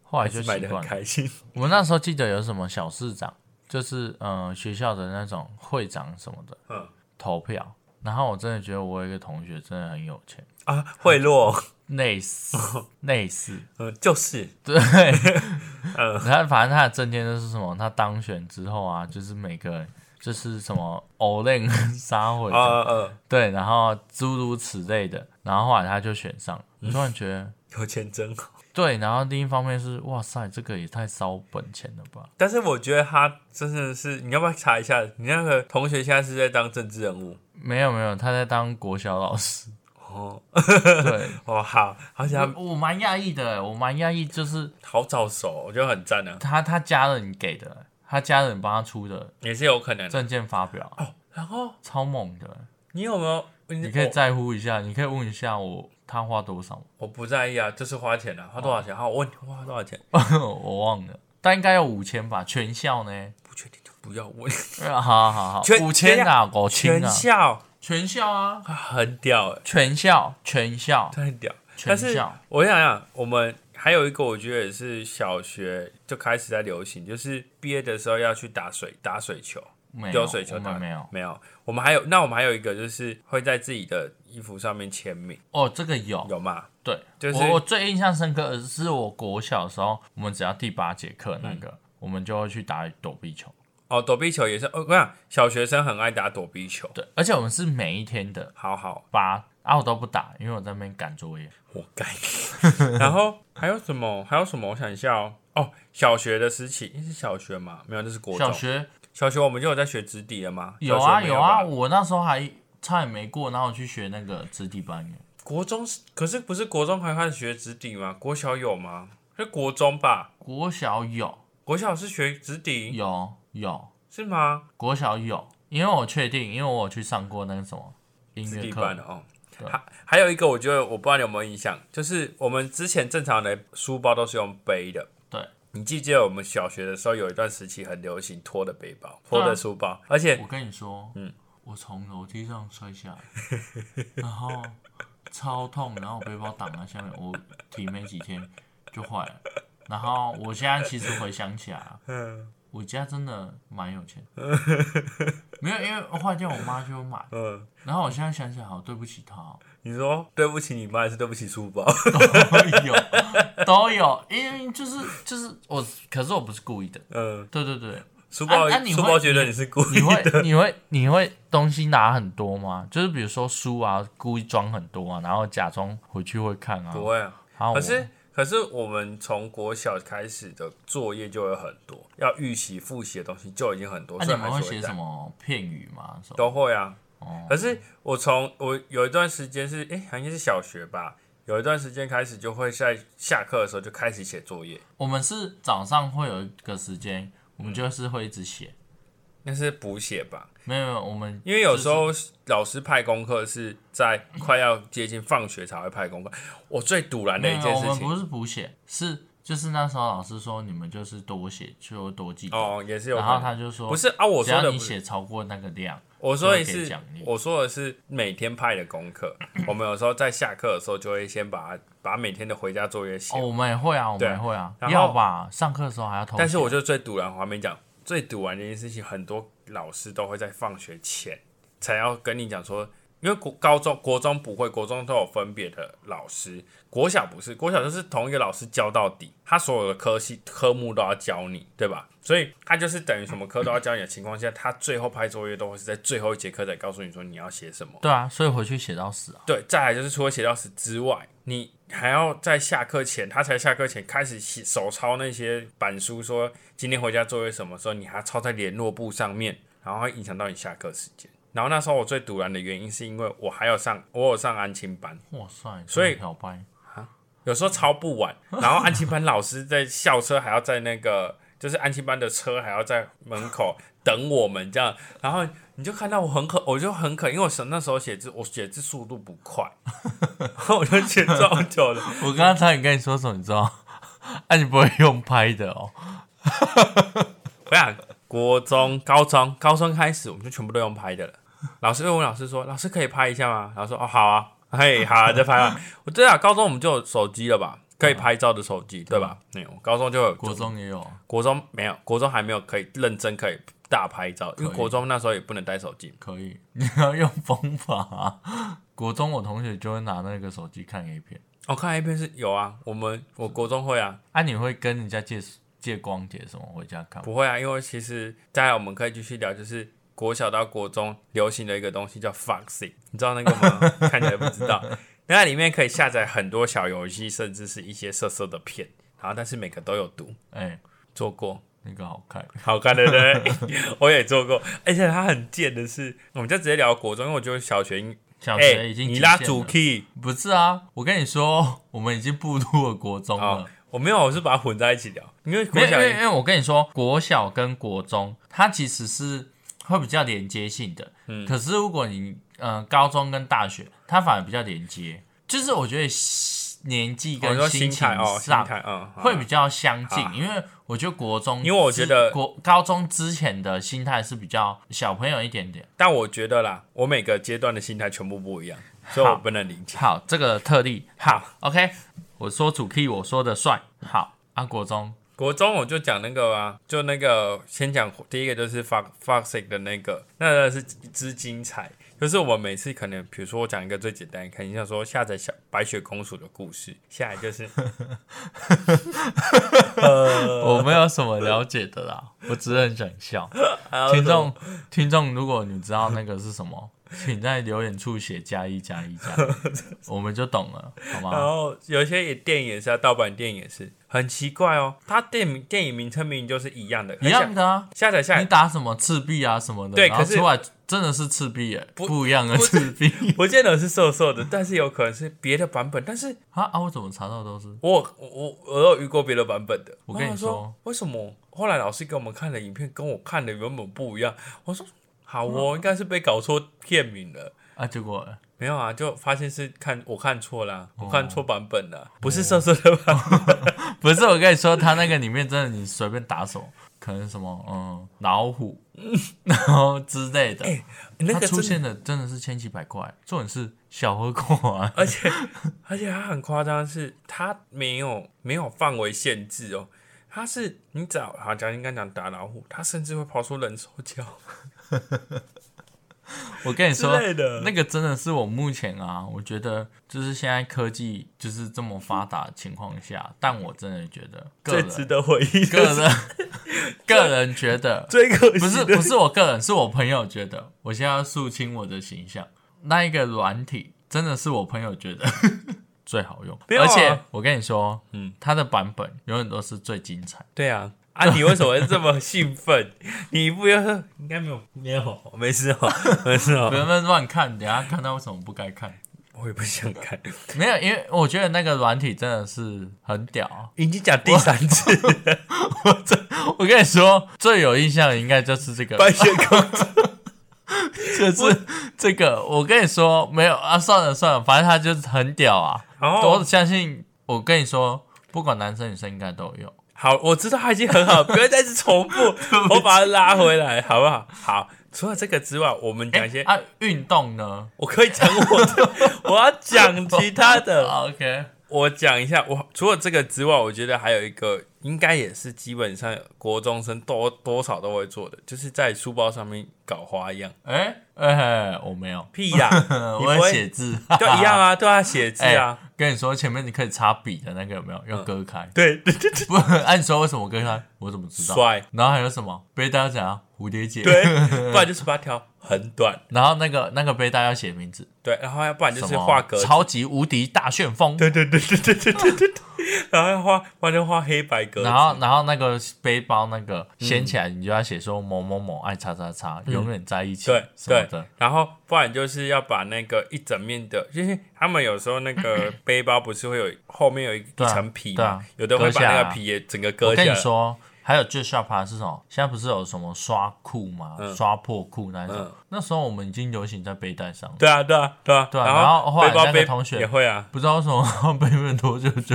Speaker 1: 后来
Speaker 2: 还
Speaker 1: 就是习
Speaker 2: 买的
Speaker 1: 惯
Speaker 2: 很
Speaker 1: 了。
Speaker 2: 开心。
Speaker 1: 我们那时候记得有什么小市长，就是呃学校的那种会长什么的，
Speaker 2: 嗯
Speaker 1: 投票。然后我真的觉得我有一个同学真的很有钱，
Speaker 2: 啊，贿赂，
Speaker 1: 类 似类似，
Speaker 2: 嗯，就是
Speaker 1: 对，他反正他的证件就是什么，他当选之后啊，就是每个人就是什么 o l e n 杀回
Speaker 2: 啊啊啊，
Speaker 1: 对，然后诸如此类的，然后后来他就选上了，
Speaker 2: 嗯
Speaker 1: 我突然觉得。
Speaker 2: 有钱真好。
Speaker 1: 对，然后另一方面是，哇塞，这个也太烧本钱了吧？
Speaker 2: 但是我觉得他真的是，你要不要查一下？你那个同学现在是在当政治人物
Speaker 1: 没有没有，他在当国小老师。
Speaker 2: 哦
Speaker 1: 对，
Speaker 2: 哦，好，而且他
Speaker 1: 我我蛮讶异的，欸我蛮讶异，就是
Speaker 2: 好早熟，我觉得很赞啊，
Speaker 1: 他他家人给的，欸他家人帮他出的
Speaker 2: 也是有可能。
Speaker 1: 证件发表，
Speaker 2: 哦然后
Speaker 1: 超猛的。
Speaker 2: 你哦有没有？
Speaker 1: 你可以
Speaker 2: 我
Speaker 1: 在乎一下，你可以问一下我他花多少，
Speaker 2: 我不在意啊，就是花钱啊，花多少钱？好，我问你花多少钱？
Speaker 1: 我忘了，但应该有五千吧，全校呢？
Speaker 2: 不确定就不要问。
Speaker 1: 好好好，
Speaker 2: 全
Speaker 1: 五千啊，五千
Speaker 2: 全
Speaker 1: 啊，
Speaker 2: 校
Speaker 1: 全校啊，
Speaker 2: 啊很屌哎、
Speaker 1: 全校全校，
Speaker 2: 真的很屌。
Speaker 1: 全
Speaker 2: 但是
Speaker 1: 校
Speaker 2: 我想想，我们还有一个，我觉得也是小学就开始在流行，就是毕业的时候要去打水打水球。
Speaker 1: 没有
Speaker 2: 丢水球
Speaker 1: 我
Speaker 2: 打
Speaker 1: 们没有
Speaker 2: 没有，我们还有那我们还有一个就是会在自己的衣服上面签名，
Speaker 1: 哦，这个有
Speaker 2: 有吗？
Speaker 1: 对，
Speaker 2: 就是
Speaker 1: 我我最印象深刻的是我国小的时候，我们只要第八节课
Speaker 2: 嗯
Speaker 1: 那个，我们就会去打躲避球。
Speaker 2: 哦，躲避球也是，哦，我想小学生很爱打躲避球。
Speaker 1: 对，而且我们是每一天的
Speaker 2: 好好，
Speaker 1: 八啊，我都不打，因为我在那边赶作业。
Speaker 2: 活该。然后还有什么？还有什么？我想一下哦。哦，小学的时期，诶是小学吗？没有，这是国中。
Speaker 1: 小学
Speaker 2: 小学我们就有在学纸底了吗？
Speaker 1: 有
Speaker 2: 小
Speaker 1: 啊
Speaker 2: 学没
Speaker 1: 有
Speaker 2: 有
Speaker 1: 啊，
Speaker 2: 吧。
Speaker 1: 我那时候还差点没过，然后我去学那个肢体班耶。
Speaker 2: 国中是可是不是国中还开始学纸底吗？国小有吗？是国中吧？
Speaker 1: 国小有
Speaker 2: 国小是学纸底
Speaker 1: 有有，
Speaker 2: 是吗？
Speaker 1: 国小有，因为我确定，因为我有去上过那个什么音
Speaker 2: 子
Speaker 1: 乐
Speaker 2: 弟
Speaker 1: 课
Speaker 2: 班的，哦。
Speaker 1: 对
Speaker 2: 还还有一个，我觉得我不知道你有没有印象，就是我们之前正常的书包都是用背的。
Speaker 1: 对，
Speaker 2: 你记不记得我们小学的时候有一段时期很流行拖的背包、
Speaker 1: 对啊
Speaker 2: 拖的书包，而且
Speaker 1: 我跟你说，
Speaker 2: 嗯
Speaker 1: 我从楼梯上摔下来，然后超痛，然后我背包挡在下面，我提没几天就坏了。然后我现在其实回想起来，嗯，我家真的蛮有钱，没有因为坏掉我妈就买，
Speaker 2: 嗯，
Speaker 1: 然后我现在想起来，好对不起她哦，
Speaker 2: 你说对不起你妈，还是对不起书包？
Speaker 1: 都有都有，因为就是就是我，可是我不是故意的，
Speaker 2: 嗯，
Speaker 1: 对对对，
Speaker 2: 书包、
Speaker 1: 啊啊你会
Speaker 2: 书包觉得你是故
Speaker 1: 你
Speaker 2: 意的，
Speaker 1: 会你会你会东西拿很多吗？就是比如说书啊，故意装很多啊，然后假装回去会看啊。
Speaker 2: 不会啊？
Speaker 1: 然后我
Speaker 2: 可是可是我们从国小开始的作业就有很多，要预习、复习的东西就已经很多，
Speaker 1: 那、
Speaker 2: 所以
Speaker 1: 啊你
Speaker 2: 还
Speaker 1: 们
Speaker 2: 是
Speaker 1: 会
Speaker 2: 会
Speaker 1: 写
Speaker 2: 带
Speaker 1: 什么片语吗？什么？
Speaker 2: 都会啊。
Speaker 1: 哦
Speaker 2: 可是我从我有一段时间是，哎、好像是小学吧，有一段时间开始就会在下课的时候就开始写作业，
Speaker 1: 我们是早上会有一个时间，我
Speaker 2: 嗯
Speaker 1: 们就是会一直写。
Speaker 2: 那是补写吧。
Speaker 1: 没有，没有，我们
Speaker 2: 因为有时候老师派功课是在快要接近放学才会派功课，我最堵然的
Speaker 1: 没
Speaker 2: 一
Speaker 1: 有，
Speaker 2: 件
Speaker 1: 我
Speaker 2: 事
Speaker 1: 们
Speaker 2: 情
Speaker 1: 不是补写，是就是那时候老师说你们就是多写就多记，
Speaker 2: 哦，也是有可
Speaker 1: 然后
Speaker 2: 能。
Speaker 1: 他就说
Speaker 2: 不是啊，我
Speaker 1: 只
Speaker 2: 说
Speaker 1: 要
Speaker 2: 的
Speaker 1: 你
Speaker 2: 不是，
Speaker 1: 写超过那个量，
Speaker 2: 我说的
Speaker 1: 就可以
Speaker 2: 是
Speaker 1: 奖励，
Speaker 2: 我说的是每天派的功课。我们有时候在下课的时候就会先把它把每天的回家作业写
Speaker 1: 哦，
Speaker 2: 完，
Speaker 1: 我们也会啊，我
Speaker 2: 对
Speaker 1: 们也会啊，
Speaker 2: 然后
Speaker 1: 要吧？上课的时候还要偷写，
Speaker 2: 但是我就最堵然，我还没讲最堵然的一件事情，很多老师都会在放学前才要跟你讲说，因为国高中、国中不会，国中都有分别的老师，国小不是，国小就是同一个老师教到底，他所有的科系科目都要教你，对吧？所以他就是等于什么科都要教你的情况下，他最后拍作业都会是在最后一节课才告诉你说你要写什么。
Speaker 1: 对啊，所以回去写到死啊。
Speaker 2: 对，再来就是除了写到死之外，你还要在下课前，他才下课前开始写手抄那些板书，说今天回家作业什么时候，你还要抄在联络簿上面，然后会影响到你下课时间。然后那时候我最堵然的原因是因为我还有上，我有上安亲班，
Speaker 1: 哇塞，
Speaker 2: 所以
Speaker 1: 真的漂白
Speaker 2: 有时候抄不完，然后安亲班老师在校车还要在那个，就是安亲班的车还要在门口等我们这样，然后你就看到我很渴， 我就很渴，因为我想那时候写字，我写字速度不快， 然后我就写超久了，
Speaker 1: 我刚刚差点跟你说什么，你知道？ 哎、你不会用拍的哦。
Speaker 2: 我想国中、高中、高中开始我们就全部都用拍的了。老师就问老师说：“老师可以拍一下吗？”然后说：“哦，好啊，嘿，好啊，再拍啊。”我 对啊，高中我们就有手机了吧，可以拍照的手机，对吧？没有，高中就有
Speaker 1: 国中也有啊，
Speaker 2: 国中没有，国中还没有可以认真可以大拍照，因为国中那时候也不能带手机。
Speaker 1: 可以，你要用方法、啊。国中我同学就会拿那个手机看 A 片，
Speaker 2: 我、哦看 A 片是有啊，我们我国中会啊，
Speaker 1: 啊，你会跟人家借借光碟什么回家看吗？
Speaker 2: 不会啊，因为其实大家我们可以继续聊，就是国小到国中流行的一个东西叫 Foxy，你知道那个 吗？看起来不知道，那里面可以下载很多小游戏，甚至是一些色色的片，然后但是每个都有毒，
Speaker 1: 哎、
Speaker 2: 做过。
Speaker 1: 那个好看，
Speaker 2: 好看对不 对？我也做过，而且它很贱的是，我们就直接聊国中，因为我觉得小学应，
Speaker 1: 小
Speaker 2: 哎、
Speaker 1: 学已经、
Speaker 2: 你拉主 key，
Speaker 1: 不是啊？我跟你说，我们已经步入了国中了
Speaker 2: 哦。，我没有，我是把它混在一起聊，因为
Speaker 1: 没有，
Speaker 2: 国
Speaker 1: 因
Speaker 2: 小哦
Speaker 1: 为因为我跟你说，国小跟国中它其实是会比较连接性的，嗯，可是如果你呃高中跟大学，它反而比较连接，就是我觉得年纪
Speaker 2: 我
Speaker 1: 跟
Speaker 2: 说
Speaker 1: 心
Speaker 2: 心
Speaker 1: 情
Speaker 2: 态哦，心
Speaker 1: 上
Speaker 2: 态嗯，好
Speaker 1: 会比较相近，
Speaker 2: 好
Speaker 1: 因为我觉得国中是，
Speaker 2: 因为我觉得
Speaker 1: 国高中之前的心态是比较小朋友一点点。
Speaker 2: 但我觉得啦，我每个阶段的心态全部不一样，所以我
Speaker 1: 好
Speaker 2: 不能理解。
Speaker 1: 好，这个特例
Speaker 2: 好，
Speaker 1: ，OK，我说主 key，我说的帅，好，啊，国中
Speaker 2: 国中我就讲那个啊，就那个先讲第一个就是 Fox Foxic 的那个，那个是之精彩，就是我们每次可能，比如说我讲一个最简单，肯定像说下载小白雪公主的故事，下来就是
Speaker 1: 我没有什么了解的啦， 我只是很想笑。听众，听众，如果你知道那个是什么，请在留言处写加一加一加一， 我们就懂了，好
Speaker 2: 然
Speaker 1: 吗？
Speaker 2: 后有一些也电影也是啊，盗版电影也是很奇怪哦，它电影电影名称明明就是一样的，
Speaker 1: 一样的啊，
Speaker 2: 下载下
Speaker 1: 你
Speaker 2: 来，
Speaker 1: 打什么赤壁啊什么的，
Speaker 2: 哎对
Speaker 1: 然后
Speaker 2: 可是
Speaker 1: 出来真的是赤壁耶，
Speaker 2: 不
Speaker 1: 不一样的赤壁
Speaker 2: 不见得是瘦瘦的，但是有可能是别的版本，但是
Speaker 1: 啊啊！我怎么查到都是
Speaker 2: 我我我我有遇过别的版本的，
Speaker 1: 我跟你
Speaker 2: 然后
Speaker 1: 说
Speaker 2: 他说，为什么后来老师给我们看的影片跟我看的原本不一样？我说好
Speaker 1: 嗯
Speaker 2: 哦，应该是被搞错片名了。
Speaker 1: 啊，结果
Speaker 2: 没有啊，就发现是看我看错啦，
Speaker 1: 哦
Speaker 2: 我看错版本了，不是色色的版本。
Speaker 1: 不是我跟你说，他那个里面真的你随便打什么，可能什么嗯老 虎，然后之类的，
Speaker 2: 哎那
Speaker 1: 它
Speaker 2: 个
Speaker 1: 出
Speaker 2: 真的，
Speaker 1: 现的真的是千奇百怪，重点是小河过啊，
Speaker 2: 而且而且它很夸张的是，它没有没有范围限制哦，它是你找好讲应该讲打老虎，它甚至会跑出人兽交
Speaker 1: 我跟你
Speaker 2: 之
Speaker 1: 说，
Speaker 2: 类的。
Speaker 1: 那个真的是我目前啊，我觉得就是现在科技就是这么发达的情况下，但我真的觉得个
Speaker 2: 最值
Speaker 1: 人
Speaker 2: 得回忆
Speaker 1: 个
Speaker 2: 的是，
Speaker 1: 人 个人觉得
Speaker 2: 最可惜
Speaker 1: 不是
Speaker 2: 的
Speaker 1: 不是我个人，是我朋友觉得，我现在要肃清我的形象，那一个软体真的是我朋友觉得， 最好用。
Speaker 2: 没有啊
Speaker 1: 而且我跟你说，
Speaker 2: 嗯
Speaker 1: 嗯，它的版本永远都是最精彩。
Speaker 2: 对啊，啊，你为什么会这么兴奋？ 你不要应该没有没有，没事哦，没事
Speaker 1: 不
Speaker 2: 哦，
Speaker 1: 要乱看，等一下看到为什么不该看？
Speaker 2: 我也不想看，
Speaker 1: 没有，因为我觉得那个软体真的是很屌。啊
Speaker 2: 已经讲第三次了，
Speaker 1: 我跟你说，最有印象的应该就是这个，
Speaker 2: 白雪 公主，
Speaker 1: 就是 这个。我跟你说，没有啊，算了算了，反正它就是很屌啊。
Speaker 2: 然
Speaker 1: 我
Speaker 2: 后
Speaker 1: 相信，我跟你说，不管男生女生应该都有。
Speaker 2: 好，我知道他已经很好，不要再次重 复，我把它拉回来，好不好？好，除了这个之外，我们讲一些，
Speaker 1: 啊，运动呢
Speaker 2: 我可以讲我的，我要讲其他的。
Speaker 1: 啊？OK，
Speaker 2: 我讲一下，我除了这个之外，我觉得还有一个应该也是基本上国中生多多少都会做的，就是在书包上面搞花样。
Speaker 1: 哎哎，我没有，
Speaker 2: 屁呀、你不
Speaker 1: 我
Speaker 2: 会
Speaker 1: 会写字，
Speaker 2: 就一样啊，对啊，写字
Speaker 1: 哎
Speaker 2: 啊，
Speaker 1: 跟你说，前面你可以插笔的那个有没有？要割 开。
Speaker 2: 对对对对，
Speaker 1: 不， 按你说为什么割开？我怎么知道？
Speaker 2: 帅，
Speaker 1: 然后还有什么背带要讲啊蝴蝶结，
Speaker 2: 对，不然就是把它调很短，
Speaker 1: 然后那个那个背带要写名字，
Speaker 2: 对，然后要不然就
Speaker 1: 什
Speaker 2: 是
Speaker 1: 么
Speaker 2: 画格子，
Speaker 1: 超级无敌大旋风，
Speaker 2: 对对对对对对对对对，然后要画，不然就画黑白格 子，
Speaker 1: 然后然后那个背包那个
Speaker 2: 嗯
Speaker 1: 掀起来，你就要写说某某某爱叉叉叉，永远在一起，
Speaker 2: 对
Speaker 1: 什么
Speaker 2: 对
Speaker 1: 的，，
Speaker 2: 然后不然就是要把那个一整面的，就是他们有时候那 个背包不是会有后面有一
Speaker 1: 对啊
Speaker 2: 层皮
Speaker 1: 对
Speaker 2: 嘛
Speaker 1: 啊，
Speaker 2: 有的会
Speaker 1: 割
Speaker 2: 把那
Speaker 1: 下
Speaker 2: 个
Speaker 1: 来
Speaker 2: 皮也整个
Speaker 1: 我
Speaker 2: 割下
Speaker 1: 跟你
Speaker 2: 来。
Speaker 1: 说，还有最下趴是什么？现在不是有什么刷裤吗？刷破裤那一种、
Speaker 2: 嗯
Speaker 1: 那时候我们已经流行在背带上了。
Speaker 2: 对啊，对啊，对啊，
Speaker 1: 对啊
Speaker 2: 然
Speaker 1: 然后后来
Speaker 2: 背包
Speaker 1: 那个
Speaker 2: 背
Speaker 1: 同学
Speaker 2: 也会啊，
Speaker 1: 不知道为什么背面多久就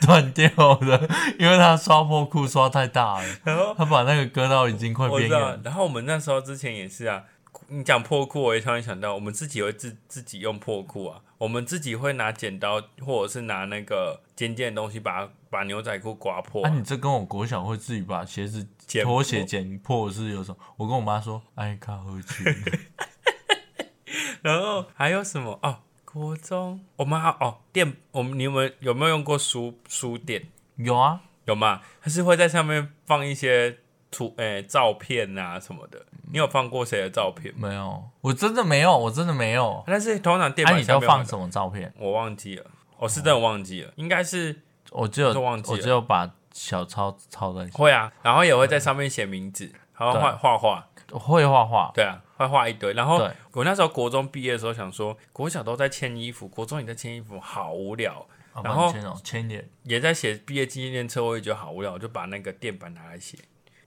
Speaker 1: 断掉了，因为他刷破裤刷太大了，
Speaker 2: 然后
Speaker 1: 他把那个割到已经快
Speaker 2: 我知
Speaker 1: 边
Speaker 2: 道
Speaker 1: 缘。，
Speaker 2: 然后我们那时候之前也是啊，你讲破裤，我也突然想到，我们自己会自自己用破裤啊，我们自己会拿剪刀或者是拿那个尖尖的东西把它把牛仔裤刮破
Speaker 1: 啊，
Speaker 2: 啊、
Speaker 1: 你这跟我国小会自己把鞋子
Speaker 2: 剪、
Speaker 1: 拖鞋剪破是有什么？我跟我妈说，哎，看回去。
Speaker 2: 然后还有什么哦？国中，我们还哦电，我们你们有没有用过书书店？
Speaker 1: 有啊，
Speaker 2: 有吗？它是会在上面放一些图，诶、照片啊什么的。你有放过谁的照片吗？
Speaker 1: 没有，我真的没有，我真的没有。
Speaker 2: 但是通常电
Speaker 1: 哎、
Speaker 2: 板
Speaker 1: 你
Speaker 2: 上
Speaker 1: 都
Speaker 2: 面
Speaker 1: 放
Speaker 2: 有的
Speaker 1: 什么照片？
Speaker 2: 我忘记了，我是真的忘记了，应该是
Speaker 1: 我只有
Speaker 2: 都忘记了
Speaker 1: 我只有把小抄抄在
Speaker 2: 会啊。然后也会在上面写名字，然后画画画，
Speaker 1: 会画画，
Speaker 2: 对啊，会画一堆。然后
Speaker 1: 对
Speaker 2: 我那时候国中毕业的时候想说，国小都在签衣服，国中也在签衣服，好无聊。
Speaker 1: 啊
Speaker 2: 然
Speaker 1: 不
Speaker 2: 后
Speaker 1: 签哦，签脸
Speaker 2: 也在写毕业纪念册，我也觉得好无聊，我就把那个垫板拿来写，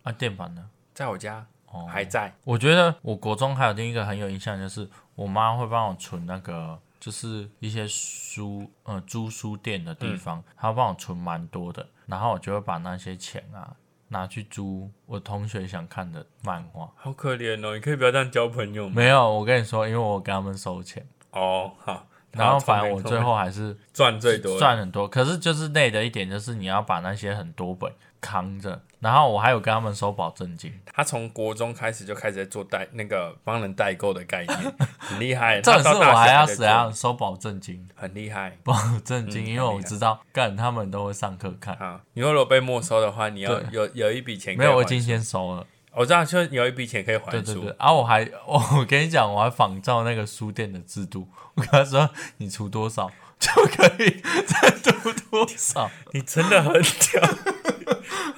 Speaker 1: 啊，电板呢？
Speaker 2: 在我家、
Speaker 1: 哦，
Speaker 2: 还在。
Speaker 1: 我觉得我国中还有另一个很有印象，就是我妈会帮我存那个，就是一些书，呃，租书店的地
Speaker 2: 嗯
Speaker 1: 方，她帮我存蛮多的，然后我就会把那些钱啊拿去租我同学想看的漫画。
Speaker 2: 好可怜哦！你可以不要这样交朋友吗？
Speaker 1: 没有，我跟你说，因为我跟他们收钱，
Speaker 2: 哦，好。
Speaker 1: 嗯然后反正我
Speaker 2: 聪明
Speaker 1: 最后还是
Speaker 2: 赚最多的，
Speaker 1: 赚很多，可是就是累的一点就是你要把那些很多本扛着，然后我还有跟他们收保证 金，
Speaker 2: 他从国中开始就开始在做代那个帮人代购的 概念，很厉害。
Speaker 1: 这
Speaker 2: 他
Speaker 1: 种事
Speaker 2: 到大
Speaker 1: 我
Speaker 2: 学
Speaker 1: 还要啊
Speaker 2: 在
Speaker 1: 怎
Speaker 2: 做
Speaker 1: 样收保证金？
Speaker 2: 很厉害
Speaker 1: 保证金，
Speaker 2: 嗯
Speaker 1: 因为我知道干他们都会上课看，
Speaker 2: 啊！你如果被没收的话，你要
Speaker 1: 对
Speaker 2: 有有一笔钱可
Speaker 1: 没
Speaker 2: 以
Speaker 1: 有我
Speaker 2: 还
Speaker 1: 已经先收了。
Speaker 2: 我知道，就是有一笔钱可以还
Speaker 1: 对对
Speaker 2: 书
Speaker 1: 对，，啊，我还我我跟你讲，我还仿照那个书店的制度，我跟他说你出多少就可以再出多 少，
Speaker 2: 你真的很屌。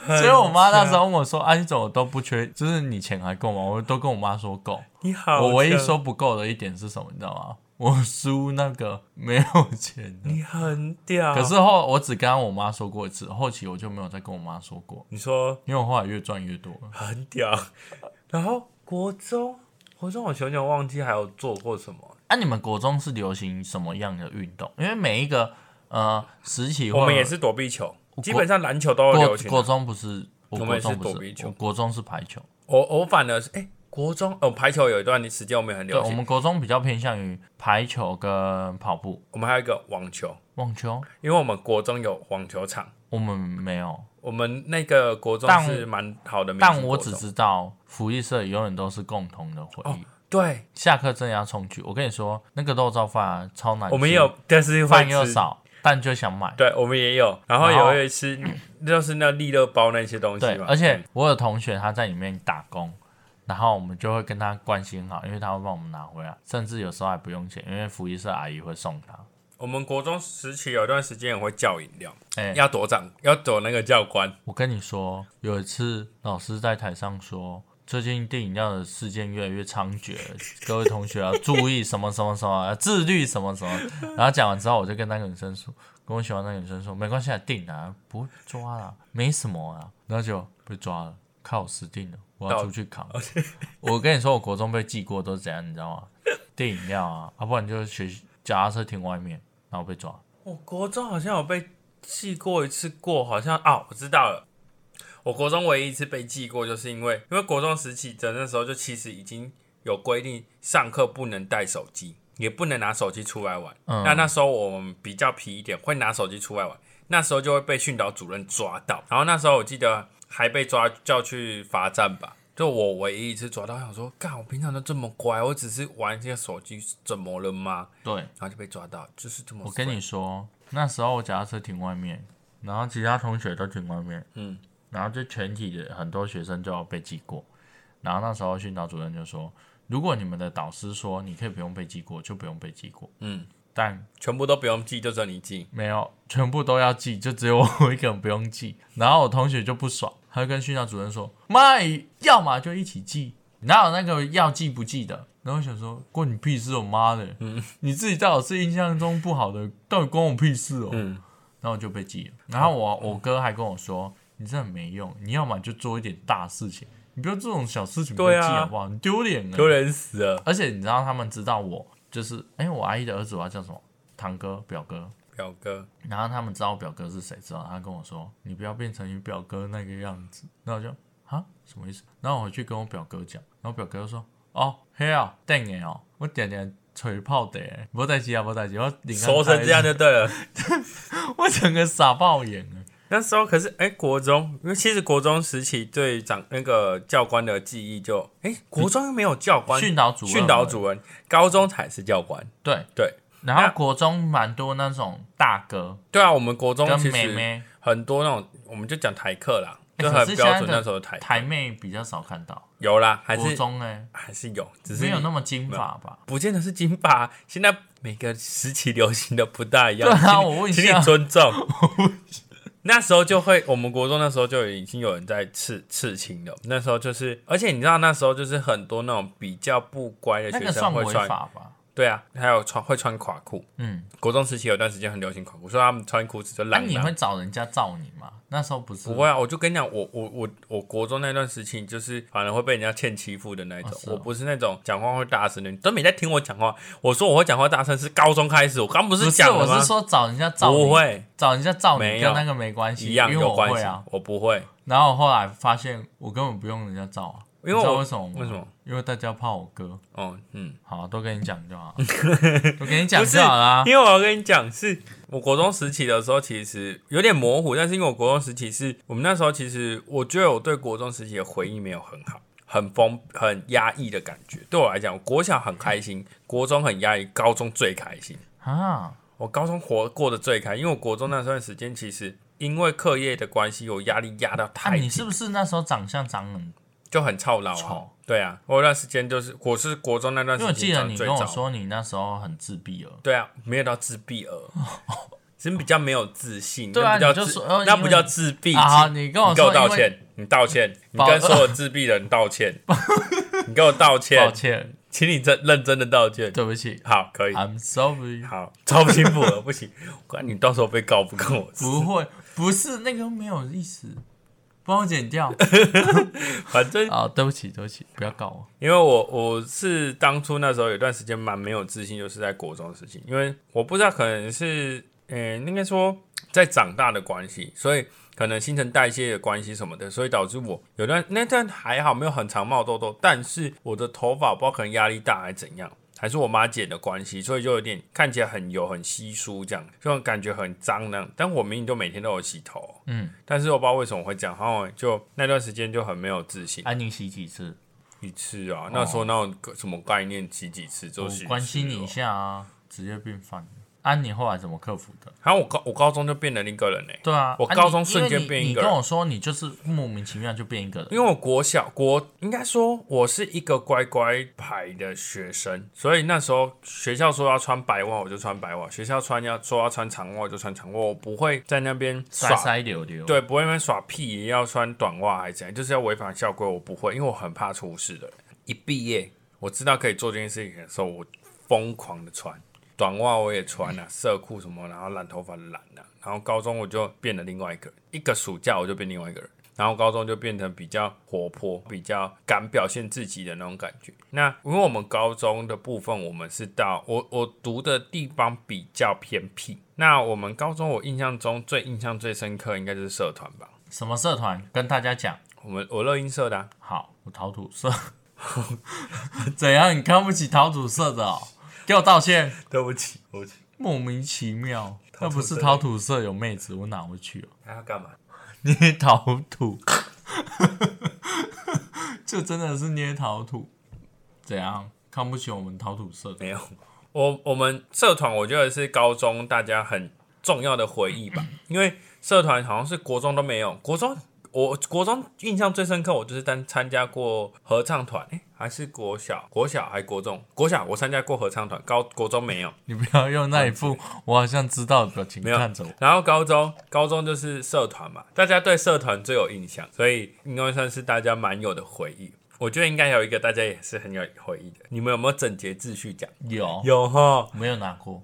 Speaker 1: 所以我妈那时候问我说，啊，你怎么都不缺，就是你钱还够吗？我都跟我妈说够。
Speaker 2: 你好强，
Speaker 1: 我唯一说不够的一点是什么，你知道吗？ 我输那个没有钱 的。
Speaker 2: 你很屌，
Speaker 1: 可是后我只跟我妈说过一次，后期我就没有再跟我妈说过，
Speaker 2: 你说
Speaker 1: 因为我后来越赚越多了。
Speaker 2: 很屌。然后国中，国中我熊熊忘记还有做过什么，
Speaker 1: 啊，你们国中是流行什么样的运动？因为每一个呃时期会有，
Speaker 2: 我们也是躲避球，基本上篮球都有
Speaker 1: 国
Speaker 2: 流行啊。
Speaker 1: 国中不是，我
Speaker 2: 我
Speaker 1: 国
Speaker 2: 们
Speaker 1: 中
Speaker 2: 也是
Speaker 1: 不
Speaker 2: 躲避球
Speaker 1: 我国中是排球。
Speaker 2: 我我反而是哎、国中哦，排球有一段时间我们也很
Speaker 1: 对，
Speaker 2: 流
Speaker 1: 我
Speaker 2: 行，
Speaker 1: 们国中比较偏向于排球跟跑步、
Speaker 2: 我们还有一个网球，
Speaker 1: 网球，
Speaker 2: 因为我们国中有网球场，
Speaker 1: 我们没有。
Speaker 2: 我们那个国中
Speaker 1: 但
Speaker 2: 是蛮好的明星
Speaker 1: 但
Speaker 2: 国中，
Speaker 1: 我
Speaker 2: 哦
Speaker 1: 只知道福利社永远都是共同的回忆。
Speaker 2: 对，
Speaker 1: 下课真的要冲去，我跟你说，那个肉燥饭、啊、超难吃，
Speaker 2: 我们也有，但是会
Speaker 1: 饭又
Speaker 2: 吃，
Speaker 1: 少，但就想买。
Speaker 2: 对，我们也有，然后也
Speaker 1: 然后
Speaker 2: 会吃，就是那利乐包那些东西
Speaker 1: 对，
Speaker 2: 嘛，
Speaker 1: 而且我有同学他在里面打工，然后我们就会跟他关心好，因为他会帮我们拿回来，甚至有时候还不用钱，因为福利社阿姨会送他。
Speaker 2: 我们国中时期有一段时间也会叫饮料，
Speaker 1: 哎、
Speaker 2: 要躲长，要躲那个教官。
Speaker 1: 我跟你说，有一次老师在台上说，最近订饮料的事件越来越猖獗，各位同学要注意什么什么什么，要自律什么什么。然后讲完之后，我就跟那个女生说，跟我喜欢那个女生说，没关系啊，订啊，不会抓啦，没什么啊。然后就被抓了，靠，我死定了，我要出去扛。 我跟你说，我国中被记过都是怎样，你知道吗？订饮料啊，啊，不然就是学脚踏车停外面，然后被抓。
Speaker 2: 我国中好像有被记过一次过，好像啊，我知道了。我国中唯一一次被记过，就是因为因为国中时期的那时候就其实已经有规定，上课不能带手机，也不能拿手机出来玩。
Speaker 1: 嗯
Speaker 2: 那那时候我们比较皮一点，会拿手机出来玩，那时候就会被训导主任抓到。然后那时候我记得还被抓叫去罚站吧。就我唯一一次抓到，我想说，干，我平常都这么乖，我只是玩这个手机，怎么了吗？
Speaker 1: 对，
Speaker 2: 然后就被抓到，就是这么。
Speaker 1: 我跟你说，那时候我脚踏车停外面，然后其他同学都停外面，
Speaker 2: 嗯，
Speaker 1: 然后就全体的很多学生就要被记过。然后那时候训导主任就说，如果你们的导师说你可以不用被记过，就不用被记过。
Speaker 2: 嗯，
Speaker 1: 但
Speaker 2: 全部都不用记，就只有你记。
Speaker 1: 没有，全部都要记，就只有我一个人不用记。然后我同学就不爽，他就跟训导主任说：“妈，要么就一起记，哪有那个要记不记的？”然后我想说，关你屁事哦，妈的！
Speaker 2: 嗯
Speaker 1: 你自己在我自己印象中不好的，到底关我屁事哦？
Speaker 2: 嗯，
Speaker 1: 然后我就被记了。然后我我哥还跟我说：“你真的没用，你要么就做一点大事情，你不要这种小事情被
Speaker 2: 对
Speaker 1: 记
Speaker 2: 啊
Speaker 1: 好不好？你丢脸啊！”
Speaker 2: 丢人死了，
Speaker 1: 而且你知道他们知道我就是，哎、我阿姨的儿子，我要叫什么？堂哥、表哥。
Speaker 2: 表哥。
Speaker 1: 然后他们知道我表哥是谁之后，他跟我说：“你不要变成你表哥那个样子。”那我就啊，什么意思？然后我回去跟我表哥讲，然后表哥就说：“哦，嘿啊，等的哦，我点点吹泡的，无代志啊，无代志，我领
Speaker 2: 熟成这样，就对了。
Speaker 1: 我整个傻爆眼了。
Speaker 2: 那时候可是哎、国中，因为其实国中时期对长那个教官的记忆就哎、国中又没有教官，
Speaker 1: 训导主任
Speaker 2: 训导主任，高中才是教官。
Speaker 1: 对，
Speaker 2: 对
Speaker 1: 然后
Speaker 2: 那
Speaker 1: 国中蛮多那种大哥
Speaker 2: 对啊，我们国中
Speaker 1: 跟
Speaker 2: 其
Speaker 1: 妹
Speaker 2: 实
Speaker 1: 妹
Speaker 2: 很多那种，我们就讲台课啦，
Speaker 1: 哎
Speaker 2: 就
Speaker 1: 可
Speaker 2: 很
Speaker 1: 是
Speaker 2: 标准
Speaker 1: 现在的
Speaker 2: 那时候的台课
Speaker 1: 台妹比较少看到，
Speaker 2: 有啦，还
Speaker 1: 国
Speaker 2: 是
Speaker 1: 中哎、
Speaker 2: 还是有，只
Speaker 1: 欸、
Speaker 2: 是
Speaker 1: 没有那么金发吧？
Speaker 2: 不见得是金发，现在每个时期流行的不大一样。
Speaker 1: 对啊
Speaker 2: 请你
Speaker 1: 我问一下
Speaker 2: 请你 尊重。那时候就会，我们国中那时候就已经有人在刺刺青了。那时候就是，而且你知道那时候就是很多那种比较不乖的
Speaker 1: 那
Speaker 2: 学
Speaker 1: 个算
Speaker 2: 生会
Speaker 1: 违
Speaker 2: 穿，
Speaker 1: 法吧？
Speaker 2: 对啊，还有穿会穿垮裤。
Speaker 1: 嗯。
Speaker 2: 国中时期有段时间很流行垮裤，说他们穿裤子就
Speaker 1: 那、
Speaker 2: 烂、
Speaker 1: 你会找人家照你吗？那时候不是
Speaker 2: 不会啊，我就跟你讲，我我我我国中那段时期，就是反而会被人家欠欺负的那一种。
Speaker 1: 哦是哦
Speaker 2: 我不是那种讲话会大声的，你都没在听我讲话。我说我会讲话大声是高中开始，我刚不
Speaker 1: 不是，
Speaker 2: 讲了
Speaker 1: 我
Speaker 2: 吗？
Speaker 1: 是说找人家照你，
Speaker 2: 不会
Speaker 1: 找人家照你
Speaker 2: 没
Speaker 1: 跟
Speaker 2: 有
Speaker 1: 那个没关系，
Speaker 2: 一样
Speaker 1: 因为
Speaker 2: 有
Speaker 1: 我
Speaker 2: 关
Speaker 1: 会
Speaker 2: 系
Speaker 1: 啊。，
Speaker 2: 我不会，
Speaker 1: 然后后来发现我根本不用人家照啊，
Speaker 2: 因为
Speaker 1: 你知道
Speaker 2: 我
Speaker 1: 为什么吗？
Speaker 2: 为什么？
Speaker 1: 因为大家怕我哥。
Speaker 2: 哦，嗯，
Speaker 1: 好，都跟你讲 就好了，都跟你讲
Speaker 2: 不是
Speaker 1: 就好啦。
Speaker 2: 因为我要跟你讲，是我国中时期的时候，其实有点模糊，但是因为我国中时期是我们那时候，其实我觉得我对国中时期的回忆没有很好，很封很压抑的感觉。对我来讲，我国小很开心，国中很压抑，高中最开心。
Speaker 1: 啊，
Speaker 2: 我高中活过得最开，因为我国中那段时间其实因为课业的关系，我压力压到
Speaker 1: 啊，
Speaker 2: 太低，
Speaker 1: 你是不是那时候长相长很？
Speaker 2: 就很操劳啊
Speaker 1: 吵。
Speaker 2: 对啊，我有段时间就是我是国中那段
Speaker 1: 因为
Speaker 2: 时
Speaker 1: 我
Speaker 2: 间
Speaker 1: 记
Speaker 2: 长
Speaker 1: 得
Speaker 2: 得
Speaker 1: 你
Speaker 2: 最
Speaker 1: 跟我
Speaker 2: 早
Speaker 1: 说你那时候很自闭了。
Speaker 2: 对啊，没有到自闭儿，只是比较没有自信。
Speaker 1: 哦对啊
Speaker 2: 那不叫
Speaker 1: 你就
Speaker 2: 自
Speaker 1: 说呃
Speaker 2: 那
Speaker 1: 因
Speaker 2: 不
Speaker 1: 为
Speaker 2: 叫自闭，
Speaker 1: 啊，好
Speaker 2: 请
Speaker 1: 你跟我
Speaker 2: 你给
Speaker 1: 说
Speaker 2: 我道
Speaker 1: 因为，
Speaker 2: 歉，你 道歉，你
Speaker 1: 保
Speaker 2: 跟所有自闭的人道 歉，你给我道
Speaker 1: 抱
Speaker 2: 歉，
Speaker 1: 歉，
Speaker 2: 请你真认真的道歉。
Speaker 1: 对不起
Speaker 2: 好，可以，
Speaker 1: ，I'm sorry。
Speaker 2: 好，超不清楚了，不行，管你到时候被告不 跟我说。
Speaker 1: 不会，不是那个没有意思，帮我剪 掉。
Speaker 2: 反正
Speaker 1: 啊，对不起，对不起，不要告我。
Speaker 2: 因为我我是当初那时候有段时间蛮没有自信，就是在国中的事情，因为我不知道可能是，嗯、应该说在长大的关系，所以可能新陈代谢的关系什么的，所以导致我有段那段还好没有很长冒痘痘，但是我的头发不知道可能压力大还是怎样。还是我妈剪的关系，所以就有点看起来很油、很稀疏这样，就感觉很脏那样。但我明明就每天都有洗头，
Speaker 1: 嗯，
Speaker 2: 但是我不知道为什么会这样，然后就那段时间就很没有自信。
Speaker 1: 安妮洗几次？
Speaker 2: 一次
Speaker 1: 哦
Speaker 2: 啊，那时候那种什么概念，洗几次就哦
Speaker 1: 我
Speaker 2: 洗、
Speaker 1: 关心你一，下啊，职业病犯了。安、你后来怎么克服的？
Speaker 2: 然后我高我高中就变成一个人嘞、欸
Speaker 1: 对啊，
Speaker 2: 我
Speaker 1: 啊
Speaker 2: 高中
Speaker 1: 你
Speaker 2: 瞬间
Speaker 1: 因为你
Speaker 2: 变一
Speaker 1: 你
Speaker 2: 个
Speaker 1: 跟
Speaker 2: 人
Speaker 1: 我说你就是莫名其妙就变一个人，
Speaker 2: 因为我国小国应该说我是一个乖乖牌的学生，所以那时候学校说要穿白袜我就穿白袜，学校穿要说要穿长袜我就穿长袜，我不会在那边
Speaker 1: 塞
Speaker 2: 耍
Speaker 1: 塞溜溜。，
Speaker 2: 对，不会因为耍屁也要穿短袜还是怎样，就是要违反校规，我不会，因为我很怕出事的。一毕业，我知道可以做这件事情的时候，我疯狂的穿短袜，我也穿啊，色裤什么，然后染头发染啊，然后高中我就变了另外一个人，一个暑假我就变另外一个人。然后高中就变成比较活泼、比较敢表现自己的那种感觉。那因为我们高中的部分，我们是到我我读的地方比较偏僻。那我们高中我印象中最印象最深刻应该就是社团吧。
Speaker 1: 什么社团跟大家讲？
Speaker 2: 我们我乐音社的、啊，
Speaker 1: 好，我陶土社， 怎样？你看不起陶土社的哦？给我道歉，
Speaker 2: 对不起，对不起。
Speaker 1: 莫名其妙。
Speaker 2: 陶
Speaker 1: 那不
Speaker 2: 土社
Speaker 1: 是陶土社有妹子，我哪会去哦？
Speaker 2: 还要干嘛？
Speaker 1: 捏陶土， 这真的是捏陶土。怎样？看不起我们陶土社的？
Speaker 2: 没有， 我我们社团我觉得是高中大家很重要的回忆吧，因为社团好像是国中都没有，国中我国中印象最深刻，我就是单参加过合唱团，诶还是国小，国小还国中，国小我参加过合唱团，高国中没有，
Speaker 1: 你不要用那一副我好像知道的表情
Speaker 2: 没有
Speaker 1: 看着我。
Speaker 2: 然后高中高中就是社团嘛，大家对社团最有印象，所以应该算是大家蛮有的回忆。我觉得应该有一个大家也是很有回忆的，你们有没有整洁秩序奖？
Speaker 1: 有，
Speaker 2: 有哈，
Speaker 1: 没有拿过？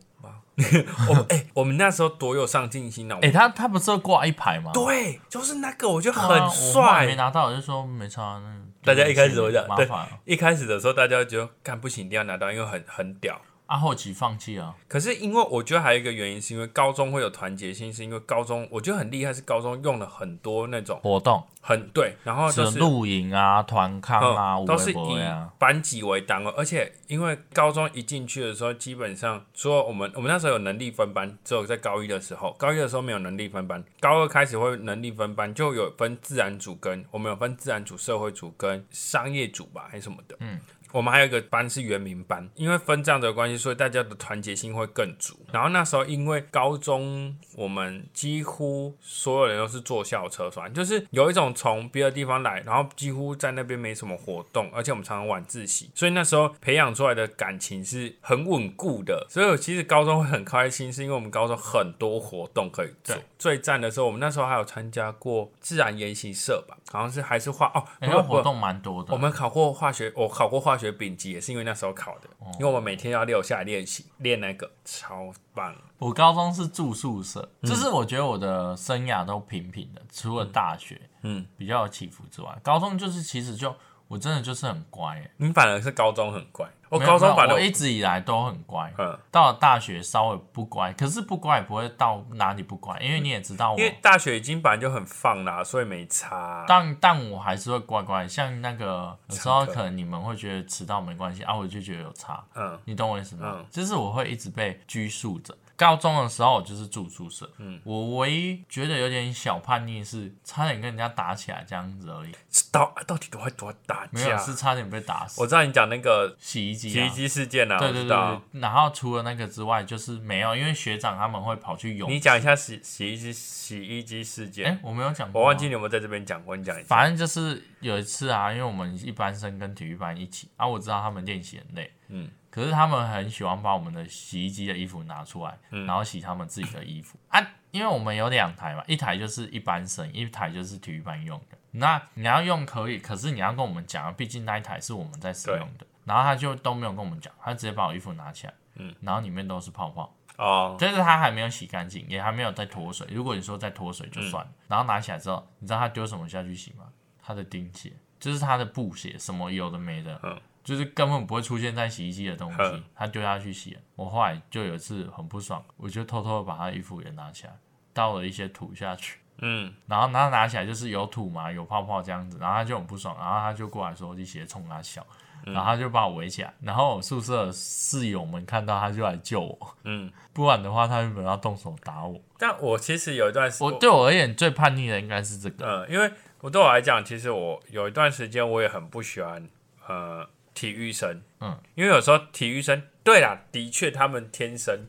Speaker 2: 我们哎、我们那时候多有上进心啊！
Speaker 1: 哎、他他不是挂一排吗？
Speaker 2: 对，就是那个，我觉得
Speaker 1: 对啊，
Speaker 2: 很
Speaker 1: 我后来没
Speaker 2: 帅。
Speaker 1: 拿到，我就说没差。那个
Speaker 2: 大家一开始怎么讲
Speaker 1: 麻？
Speaker 2: 对
Speaker 1: 烦了，
Speaker 2: 一开始的时候大家觉得干不行，一定要拿到，因为很很屌。
Speaker 1: 啊，后期放弃了。
Speaker 2: 可是因为我觉得还有一个原因，是因为高中会有团结性，是因为高中我觉得很厉害，是高中用了很多那种
Speaker 1: 活动，
Speaker 2: 很对，然后
Speaker 1: 是
Speaker 2: 啊就是
Speaker 1: 露营啊、团康啊、
Speaker 2: 嗯，
Speaker 1: 五
Speaker 2: 都是
Speaker 1: 微
Speaker 2: 以
Speaker 1: 博啊，
Speaker 2: 班级为单位，而且因为高中一进去的时候，基本上说我们我们那时候有能力分班，只有在高一的时候，高一的时候没有能力分班，高二开始会能力分班，就有分自然组跟我们有分自然组、社会组跟商业组吧，还是什么的，嗯。我们还有一个班是原民班，因为分这样子的关系，所以大家的团结性会更足。然后那时候因为高中，我们几乎所有人都是坐校车团，就是有一种从别的地方来，然后几乎在那边没什么活动，而且我们常常晚自习，所以那时候培养出来的感情是很稳固的。所以我其实高中会很开心，是因为我们高中很多活动可以做
Speaker 1: 对。
Speaker 2: 最赞的时候，我们那时候还有参加过自然研习社吧，好像是还是画哦，
Speaker 1: 哎、
Speaker 2: 不
Speaker 1: 那
Speaker 2: 不
Speaker 1: 活
Speaker 2: 不
Speaker 1: 动蛮多的。
Speaker 2: 我们考过化学，我考过化学丙级，也是因为那时候考的，
Speaker 1: 哦
Speaker 2: 因为我们每天要留下来练习，练那个超棒。
Speaker 1: 我高中是住宿舍，
Speaker 2: 嗯
Speaker 1: 就是我觉得我的生涯都平平的，除了大学，
Speaker 2: 嗯，
Speaker 1: 比较有起伏之外，高中就是其实就我真的就是很乖、欸，
Speaker 2: 你反而是高中很乖，我
Speaker 1: 没有
Speaker 2: 高中
Speaker 1: 没有
Speaker 2: 反而
Speaker 1: 我一直以来都很乖，
Speaker 2: 嗯，
Speaker 1: 到了大学稍微不乖，可是不乖也不会到哪里不乖，因为你也知道我
Speaker 2: 因，为大学已经本来就很放啦，所以没差。
Speaker 1: 但但我还是会乖乖，像那个有时候
Speaker 2: 上课
Speaker 1: 可能你们会觉得迟到没关系啊，我就觉得有差，
Speaker 2: 嗯，
Speaker 1: 你懂我意思吗？
Speaker 2: 嗯
Speaker 1: 就是我会一直被拘束着。高中的时候，我就是住宿舍。嗯，我唯一觉得有点小叛逆是差点跟人家打起来这样子而已，
Speaker 2: 到到底多爱多打
Speaker 1: 没有
Speaker 2: 架？
Speaker 1: 是差点被打死。
Speaker 2: 我知道你讲那个
Speaker 1: 洗衣机、啊，
Speaker 2: 洗衣机事件啦，
Speaker 1: 对
Speaker 2: 我
Speaker 1: 对
Speaker 2: 知
Speaker 1: 对
Speaker 2: 道。
Speaker 1: 对。然后除了那个之外，就是没有，因为学长他们会跑去泳。
Speaker 2: 你讲一下洗洗衣机洗衣机事
Speaker 1: 哎、
Speaker 2: 件，
Speaker 1: 我没有讲过，
Speaker 2: 我忘记。你有没有在这边讲过，你讲一下。
Speaker 1: 反正就是有一次啊，因为我们一班生跟体育班一起啊，我知道他们练习很累，
Speaker 2: 嗯，
Speaker 1: 可是他们很喜欢把我们的洗衣机的衣服拿出来，
Speaker 2: 嗯
Speaker 1: 然后洗他们自己的衣服啊，因为我们有两台嘛，一台就是一般生，一台就是体育班用的。那你要用可以，可是你要跟我们讲啊，毕竟那一台是我们在使用的。然后他就都没有跟我们讲，他直接把我衣服拿起来，
Speaker 2: 嗯，
Speaker 1: 然后里面都是泡泡。
Speaker 2: 哦，
Speaker 1: 但是他还没有洗干净，也还没有在脱水。如果你说在脱水
Speaker 2: 嗯
Speaker 1: 就算了，然后拿起来之后，你知道他丢什么下去洗吗？他的钉鞋，就是他的布鞋，什么有的没的，
Speaker 2: 嗯
Speaker 1: 就是根本不会出现在洗衣机的东西
Speaker 2: 嗯，
Speaker 1: 他丢下去洗了。我后来就有一次很不爽，我就偷偷的把他的衣服也拿起来，倒了一些土下去。
Speaker 2: 嗯，
Speaker 1: 然后他拿起来就是有土嘛，有泡泡这样子，然后他就很不爽，然后他就过来说你鞋冲他笑，
Speaker 2: 嗯
Speaker 1: 然后他就把我围起来，然后我宿舍的室友们看到他就来救我，
Speaker 2: 嗯，
Speaker 1: 不然的话他原本要动手打我。
Speaker 2: 但我其实有一段时
Speaker 1: 我对我而言最叛逆的应该是这个，
Speaker 2: 嗯，因为我对我来讲，其实我有一段时间我也很不喜欢呃体育生，
Speaker 1: 嗯，
Speaker 2: 因为有时候体育生，对啦，的确他们天生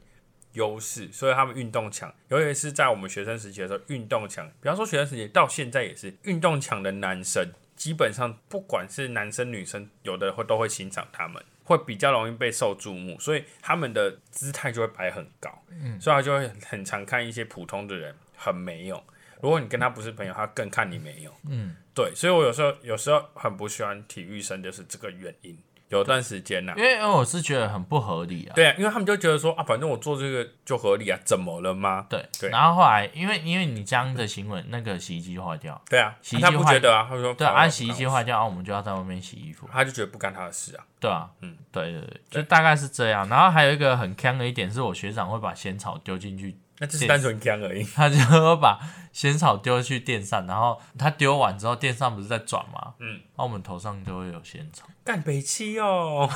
Speaker 2: 优势，所以他们运动强，尤其是在我们学生时期的时候，运动强。比方说学生时期到现在也是，运动强的男生基本上不管是男生女生，有的会都会欣赏他们，会比较容易被受注目，所以他们的姿态就会摆很高，嗯，所以他就会很常看一些普通的人很没用。如果你跟他不是朋友，他更看你没用，嗯，对，所以我有时候有时候很不喜欢体育生，就是这个原因。有段时间啊呐、
Speaker 1: 因为因为我是觉得很不合理啊。
Speaker 2: 对啊，因为他们就觉得说啊，反正我做这个就合理啊，怎么了吗？
Speaker 1: 对
Speaker 2: 对
Speaker 1: 然后后来因为因为你这样的行为，那个洗衣机坏掉，
Speaker 2: 对啊，
Speaker 1: 洗衣
Speaker 2: 他
Speaker 1: 机
Speaker 2: 不
Speaker 1: 坏
Speaker 2: 觉得啊，他说
Speaker 1: 对
Speaker 2: 反
Speaker 1: 啊，
Speaker 2: 正
Speaker 1: 洗衣
Speaker 2: 我不
Speaker 1: 机坏掉，啊，我们就要在外面洗衣服，
Speaker 2: 干我事，他就觉得不干他的事啊。
Speaker 1: 对啊，
Speaker 2: 嗯，
Speaker 1: 对对对，就
Speaker 2: 对
Speaker 1: 大概是这样。然后还有一个很坑的一点是我学长会把仙草丢进去，
Speaker 2: 那只
Speaker 1: 对
Speaker 2: 是单纯干而已，
Speaker 1: 他就会把仙草丢去电扇，然后他丢完之后，电扇不是在转吗？
Speaker 2: 嗯，
Speaker 1: 那我们头上就会有仙草。
Speaker 2: 干北七哦，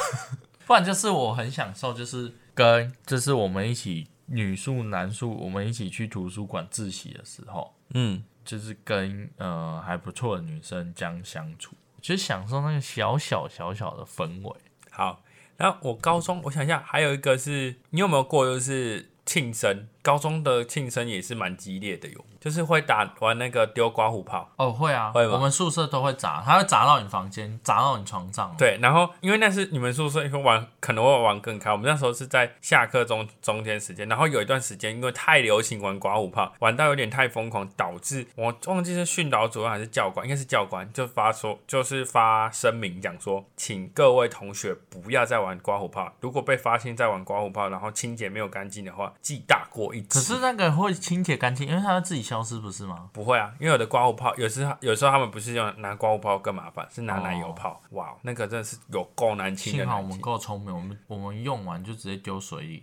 Speaker 1: 不然就是我很享受，就是跟就是我们一起女宿男宿，我们一起去图书馆自习的时候，
Speaker 2: 嗯，
Speaker 1: 就是跟呃还不错的女生这样相处，就享受那个小小小小的氛围。
Speaker 2: 好。然后我高中，我想一下，还有一个是你有没有过，就是庆生，高中的庆生也是蛮激烈的哟，就是会打玩那个丢刮胡泡。
Speaker 1: 哦，会啊，
Speaker 2: 会吗
Speaker 1: 我们宿舍都会砸，它会砸到你房间，砸到你床上。，
Speaker 2: 对，然后因为那是你们宿舍会玩，可能会玩更开。我们那时候是在下课中中间时间，然后有一段时间因为太流行玩刮胡泡，玩到有点太疯狂，导致我忘记是训导主任还是教官，应该是教官就发说就是发声明讲说，请各位同学不要再玩刮胡泡，如果被发现在玩刮胡泡，然后清洁没有干净的话，记大过一
Speaker 1: 可
Speaker 2: 次。
Speaker 1: 是那个会清洁干净，因为它会自己消失，不是吗？
Speaker 2: 不会啊，因为有的刮胡泡，有时有时候他们不是用拿刮胡泡更麻烦，是拿奶油泡。哇，那个真的是有够难清的
Speaker 1: 幸好我
Speaker 2: 难
Speaker 1: 们
Speaker 2: 清。
Speaker 1: 够聪明，我们我们用完就直接丢水里。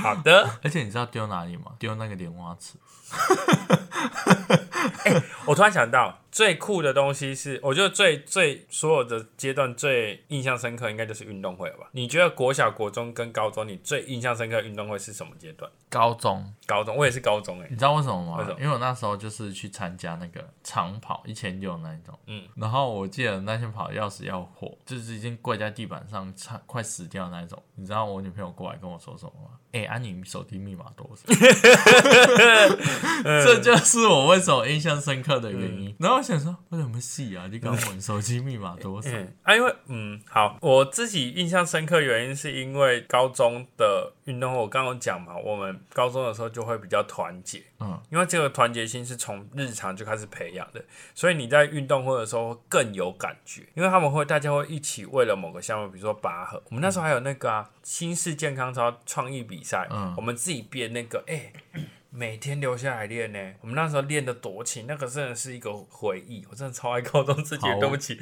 Speaker 2: 好的。
Speaker 1: 而且你知道丢哪里吗？丢那个莲花池。
Speaker 2: 我突然想到，最酷的东西是，我觉得最最所有的阶段最印象深刻，应该就是运动会了吧？你觉得国小、国中跟高中，你最印象深刻的运动会是什么阶段？
Speaker 1: 高中，
Speaker 2: 高中，我也是高中哎、
Speaker 1: 你知道为什么吗？
Speaker 2: 为什么
Speaker 1: 因为我那时候就是去参加那个长跑一千六那一种，
Speaker 2: 嗯，
Speaker 1: 然后我记得那天跑得要死要活，就是已经跪在地板上差快死掉那一种。你知道我女朋友过来跟我说什么吗？哎、安、妮，你手机密码多少？ 这就是我为什么印象深刻的原因。
Speaker 2: 嗯
Speaker 1: 然后我想说，为什么戏啊？你搞我你手机密码多 少？
Speaker 2: 嗯啊，因为嗯，好，我自己印象深刻原因是因为高中的运动会，我刚刚有讲嘛，我们高中的时候就会比较团结，
Speaker 1: 嗯，
Speaker 2: 因为这个团结心是从日常就开始培养的，所以你在运动会的时候会更有感觉，因为他们会大家会一起为了某个项目，比如说拔河，我们那时候还有那个啊新式健康操创意比赛，
Speaker 1: 嗯
Speaker 2: 我们自己编那个，哎、每天留下来练呢、我们那时候练的多勤，那个真的是一个回忆，我真的超爱高中自己
Speaker 1: 好，
Speaker 2: 对不起，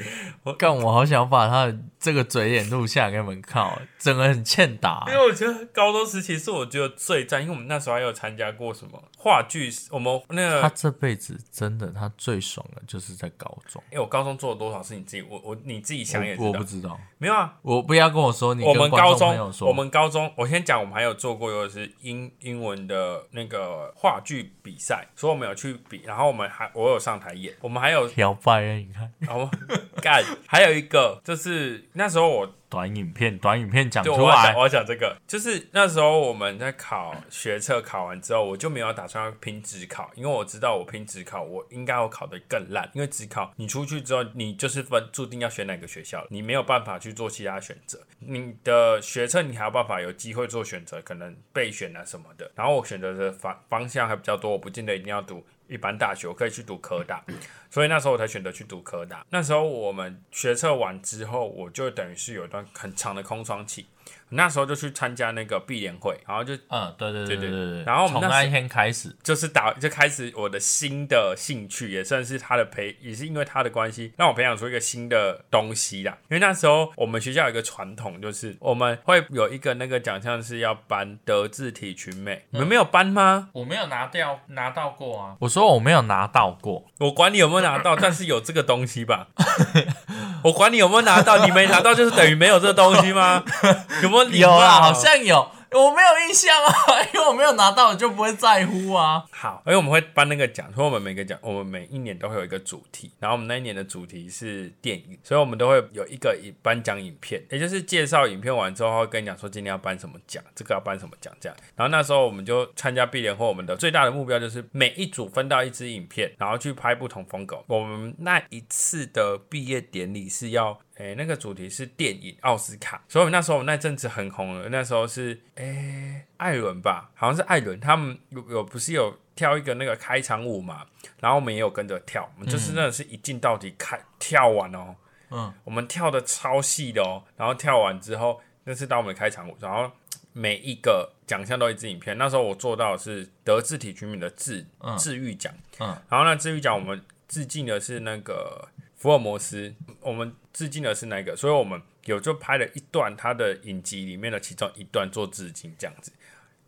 Speaker 1: 干，我好想把他的这个嘴脸录下来给你们看哦，整个很欠打、欸
Speaker 2: 因为我觉得高中时期是我觉得最赞，因为我们那时候还有参加过什么话剧，我们那个
Speaker 1: 他这辈子真的，他最爽的就是在高中。
Speaker 2: 哎、我高中做了多少事？你自己，我我你自己想也
Speaker 1: 我
Speaker 2: 知
Speaker 1: 我
Speaker 2: 道
Speaker 1: 不。知道，
Speaker 2: 没有啊，
Speaker 1: 我不要跟我说，你
Speaker 2: 我
Speaker 1: 跟
Speaker 2: 们
Speaker 1: 观
Speaker 2: 高
Speaker 1: 众朋
Speaker 2: 中
Speaker 1: 友，说，
Speaker 2: 我们高中，我先讲，我们还有做过，有的是英英文的那个话剧比赛，所以我们有去比，然后我们还我有上台演，我们还有，
Speaker 1: 摇摆了，啊你看
Speaker 2: 哦， 干，还有一个就是那时候我
Speaker 1: 短影片，短影片讲
Speaker 2: 对，
Speaker 1: 出
Speaker 2: 我要讲，
Speaker 1: 来
Speaker 2: 我，要讲这个，就是那时候我们在考学测，考完之后，我就没有打算要拼职考，因为我知道我拼职考，我应该要考得更烂，因为职考你出去之后，你就是分注定要选哪个学校，你没有办法去做其他选择。你的学测你还有办法有机会做选择，可能备选啊什么的。然后我选择的方方向还比较多，我不见得一定要读一般大学，我可以去读科大。所以那时候我才选择去读科大。那时候我们学测完之后，我就等于是有一段很长的空窗期。那时候就去参加那个毕联会，然后就
Speaker 1: 嗯，对对对
Speaker 2: 对
Speaker 1: 对
Speaker 2: 然后我们
Speaker 1: 从
Speaker 2: 那时
Speaker 1: 那一天开始，
Speaker 2: 就是打就开始我的新的兴趣，也算是他的培，也是因为他的关系，让我培养出一个新的东西啦。因为那时候我们学校有一个传统，就是我们会有一个那个奖项是要颁德智体群美，你们没有颁吗？
Speaker 1: 我没有拿掉拿到过啊，我说我没有拿到过，
Speaker 2: 我管你有没有拿到，但是有这个东西吧。 我管你有没有拿到，你没拿到就是等于没有这个东西吗？有没有礼啊
Speaker 1: 有啊
Speaker 2: 貌？
Speaker 1: 啦，好像有，我没有印象啊， 因为我没有拿到，我就不会在乎啊。
Speaker 2: 好，因为我们会颁那个奖，所以我们每个奖，我们每一年都会有一个主题，然后我们那一年的主题是电影，所以我们都会有一个颁奖影片，也就是介绍影片完之后，会跟你讲说今天要颁什么奖，这个要颁什么奖这样。然后那时候我们就参加毕联会，我们的最大的目标就是每一组分到一支影片，然后去拍不同风格。我们那一次的毕业典礼是要。诶、那个主题是电影奥斯卡，所以我们那时候我们那阵子很红了。那时候是诶、艾伦吧，好像是艾伦，他们有有不是有跳一个那个开场舞嘛，然后我们也有跟着跳，我们就是真的是一进到底开跳完哦，
Speaker 1: 嗯，
Speaker 2: 我们跳的超细的哦，然后跳完之后，那是当我们的开场舞，然后每一个奖项都一支影片，那时候我做到的是德智体群美的治
Speaker 1: 嗯
Speaker 2: 治愈奖，
Speaker 1: 嗯，
Speaker 2: 然后那治愈奖我们致敬的是那个福尔摩斯，我们致敬的是那个，所以我们有就拍了一段他的影集里面的其中一段做致敬这样子。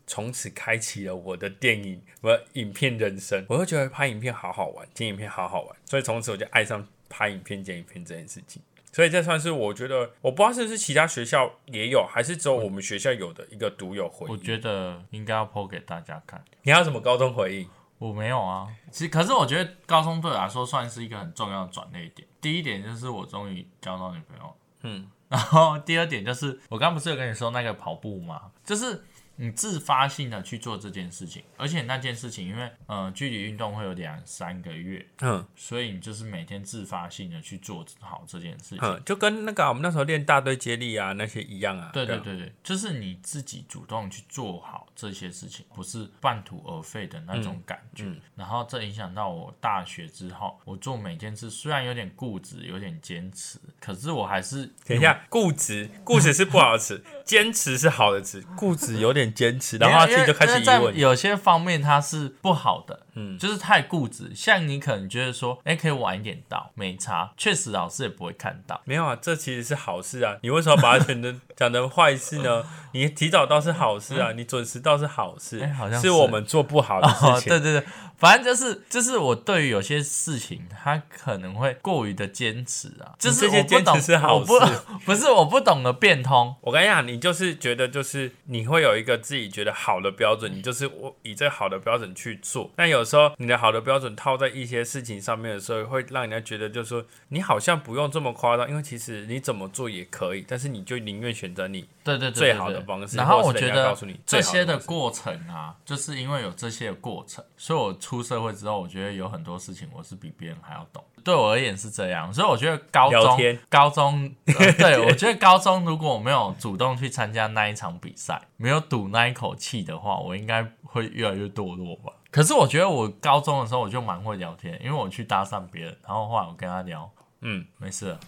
Speaker 2: 从此开启了我的电影我的影片人生，我就觉得拍影片好好玩，剪影片好好玩，所以从此我就爱上拍影片、剪影片这件事情。所以这算是我觉得，我不知道是不是其他学校也有，还是只有我们学校有的一个独有回忆。
Speaker 1: 我觉得应该要 PO 给大家看。
Speaker 2: 你还有什么高中回忆？
Speaker 1: 我没有啊，其实可是我觉得高中对我来说算是一个很重要的转捩点。第一点就是我终于交到女朋友，
Speaker 2: 嗯，
Speaker 1: 然后第二点就是我刚不是有跟你说那个跑步吗？就是你自发性的去做这件事情，而且那件事情因为呃距离运动会有两三个月，
Speaker 2: 嗯
Speaker 1: 所以你就是每天自发性的去做好这件事情。
Speaker 2: 嗯，就跟那个啊、我们那时候练大队接力啊那些一样啊。
Speaker 1: 对对
Speaker 2: 啊，
Speaker 1: 对对，就是你自己主动去做好这些事情，不是半途而废的那
Speaker 2: 嗯
Speaker 1: 种感觉。然后这影响到我大学之后，我做每件事虽然有点固执，有点坚持，可是我还是
Speaker 2: 等一下，固执，固执是不好的 词，坚持是好的词，固执有点坚持，然后他
Speaker 1: 因为
Speaker 2: 自己就开
Speaker 1: 因
Speaker 2: 始
Speaker 1: 为
Speaker 2: 疑
Speaker 1: 在
Speaker 2: 问。
Speaker 1: 有些方面它是不好的，嗯，就是太固执。像你可能觉得说，哎，可以晚一点到，没差，确实老师也不会看到。
Speaker 2: 没有啊，这其实是好事啊！你为什么把它讲成讲成坏事 呢？你提早到是好事啊，你准时到是好事，
Speaker 1: 哎好像
Speaker 2: 是
Speaker 1: 是
Speaker 2: 我们做不好的
Speaker 1: 哦，
Speaker 2: 事情。
Speaker 1: 对对对，反正就是就是我对于有些事情，他可能会过于的坚持啊，就是
Speaker 2: 这些
Speaker 1: 我不懂
Speaker 2: 坚持是好
Speaker 1: 我不 不是我不懂得变通，
Speaker 2: 我跟你讲，你就是觉得就是你会有一个自己觉得好的标准，你就是我以这好的标准去做。但有时候你的好的标准套在一些事情上面的时候，会让人家觉得就是说你好像不用这么夸张，因为其实你怎么做也可以，但是你就宁愿选择你
Speaker 1: 对对对对
Speaker 2: 最好的
Speaker 1: 对
Speaker 2: 方式
Speaker 1: 然后
Speaker 2: 或
Speaker 1: 我
Speaker 2: 是
Speaker 1: 觉
Speaker 2: 人家告
Speaker 1: 得
Speaker 2: 诉你最
Speaker 1: 这
Speaker 2: 好的
Speaker 1: 些的
Speaker 2: 方式
Speaker 1: 过程啊，就是因为有这些的过程，所以我出社会之后，我觉得有很多事情我是比别人还要懂。对我而言是这样，所以我觉得高
Speaker 2: 聊
Speaker 1: 中
Speaker 2: 天
Speaker 1: 高中、呃 对我觉得高中如果我没有主动去参加那一场比赛，没有赌那一口气的话，我应该会越来越堕落吧。可是我觉得我高中的时候我就蛮会聊天，因为我去搭讪别人，然后后来我跟他聊，
Speaker 2: 嗯，
Speaker 1: 没事了，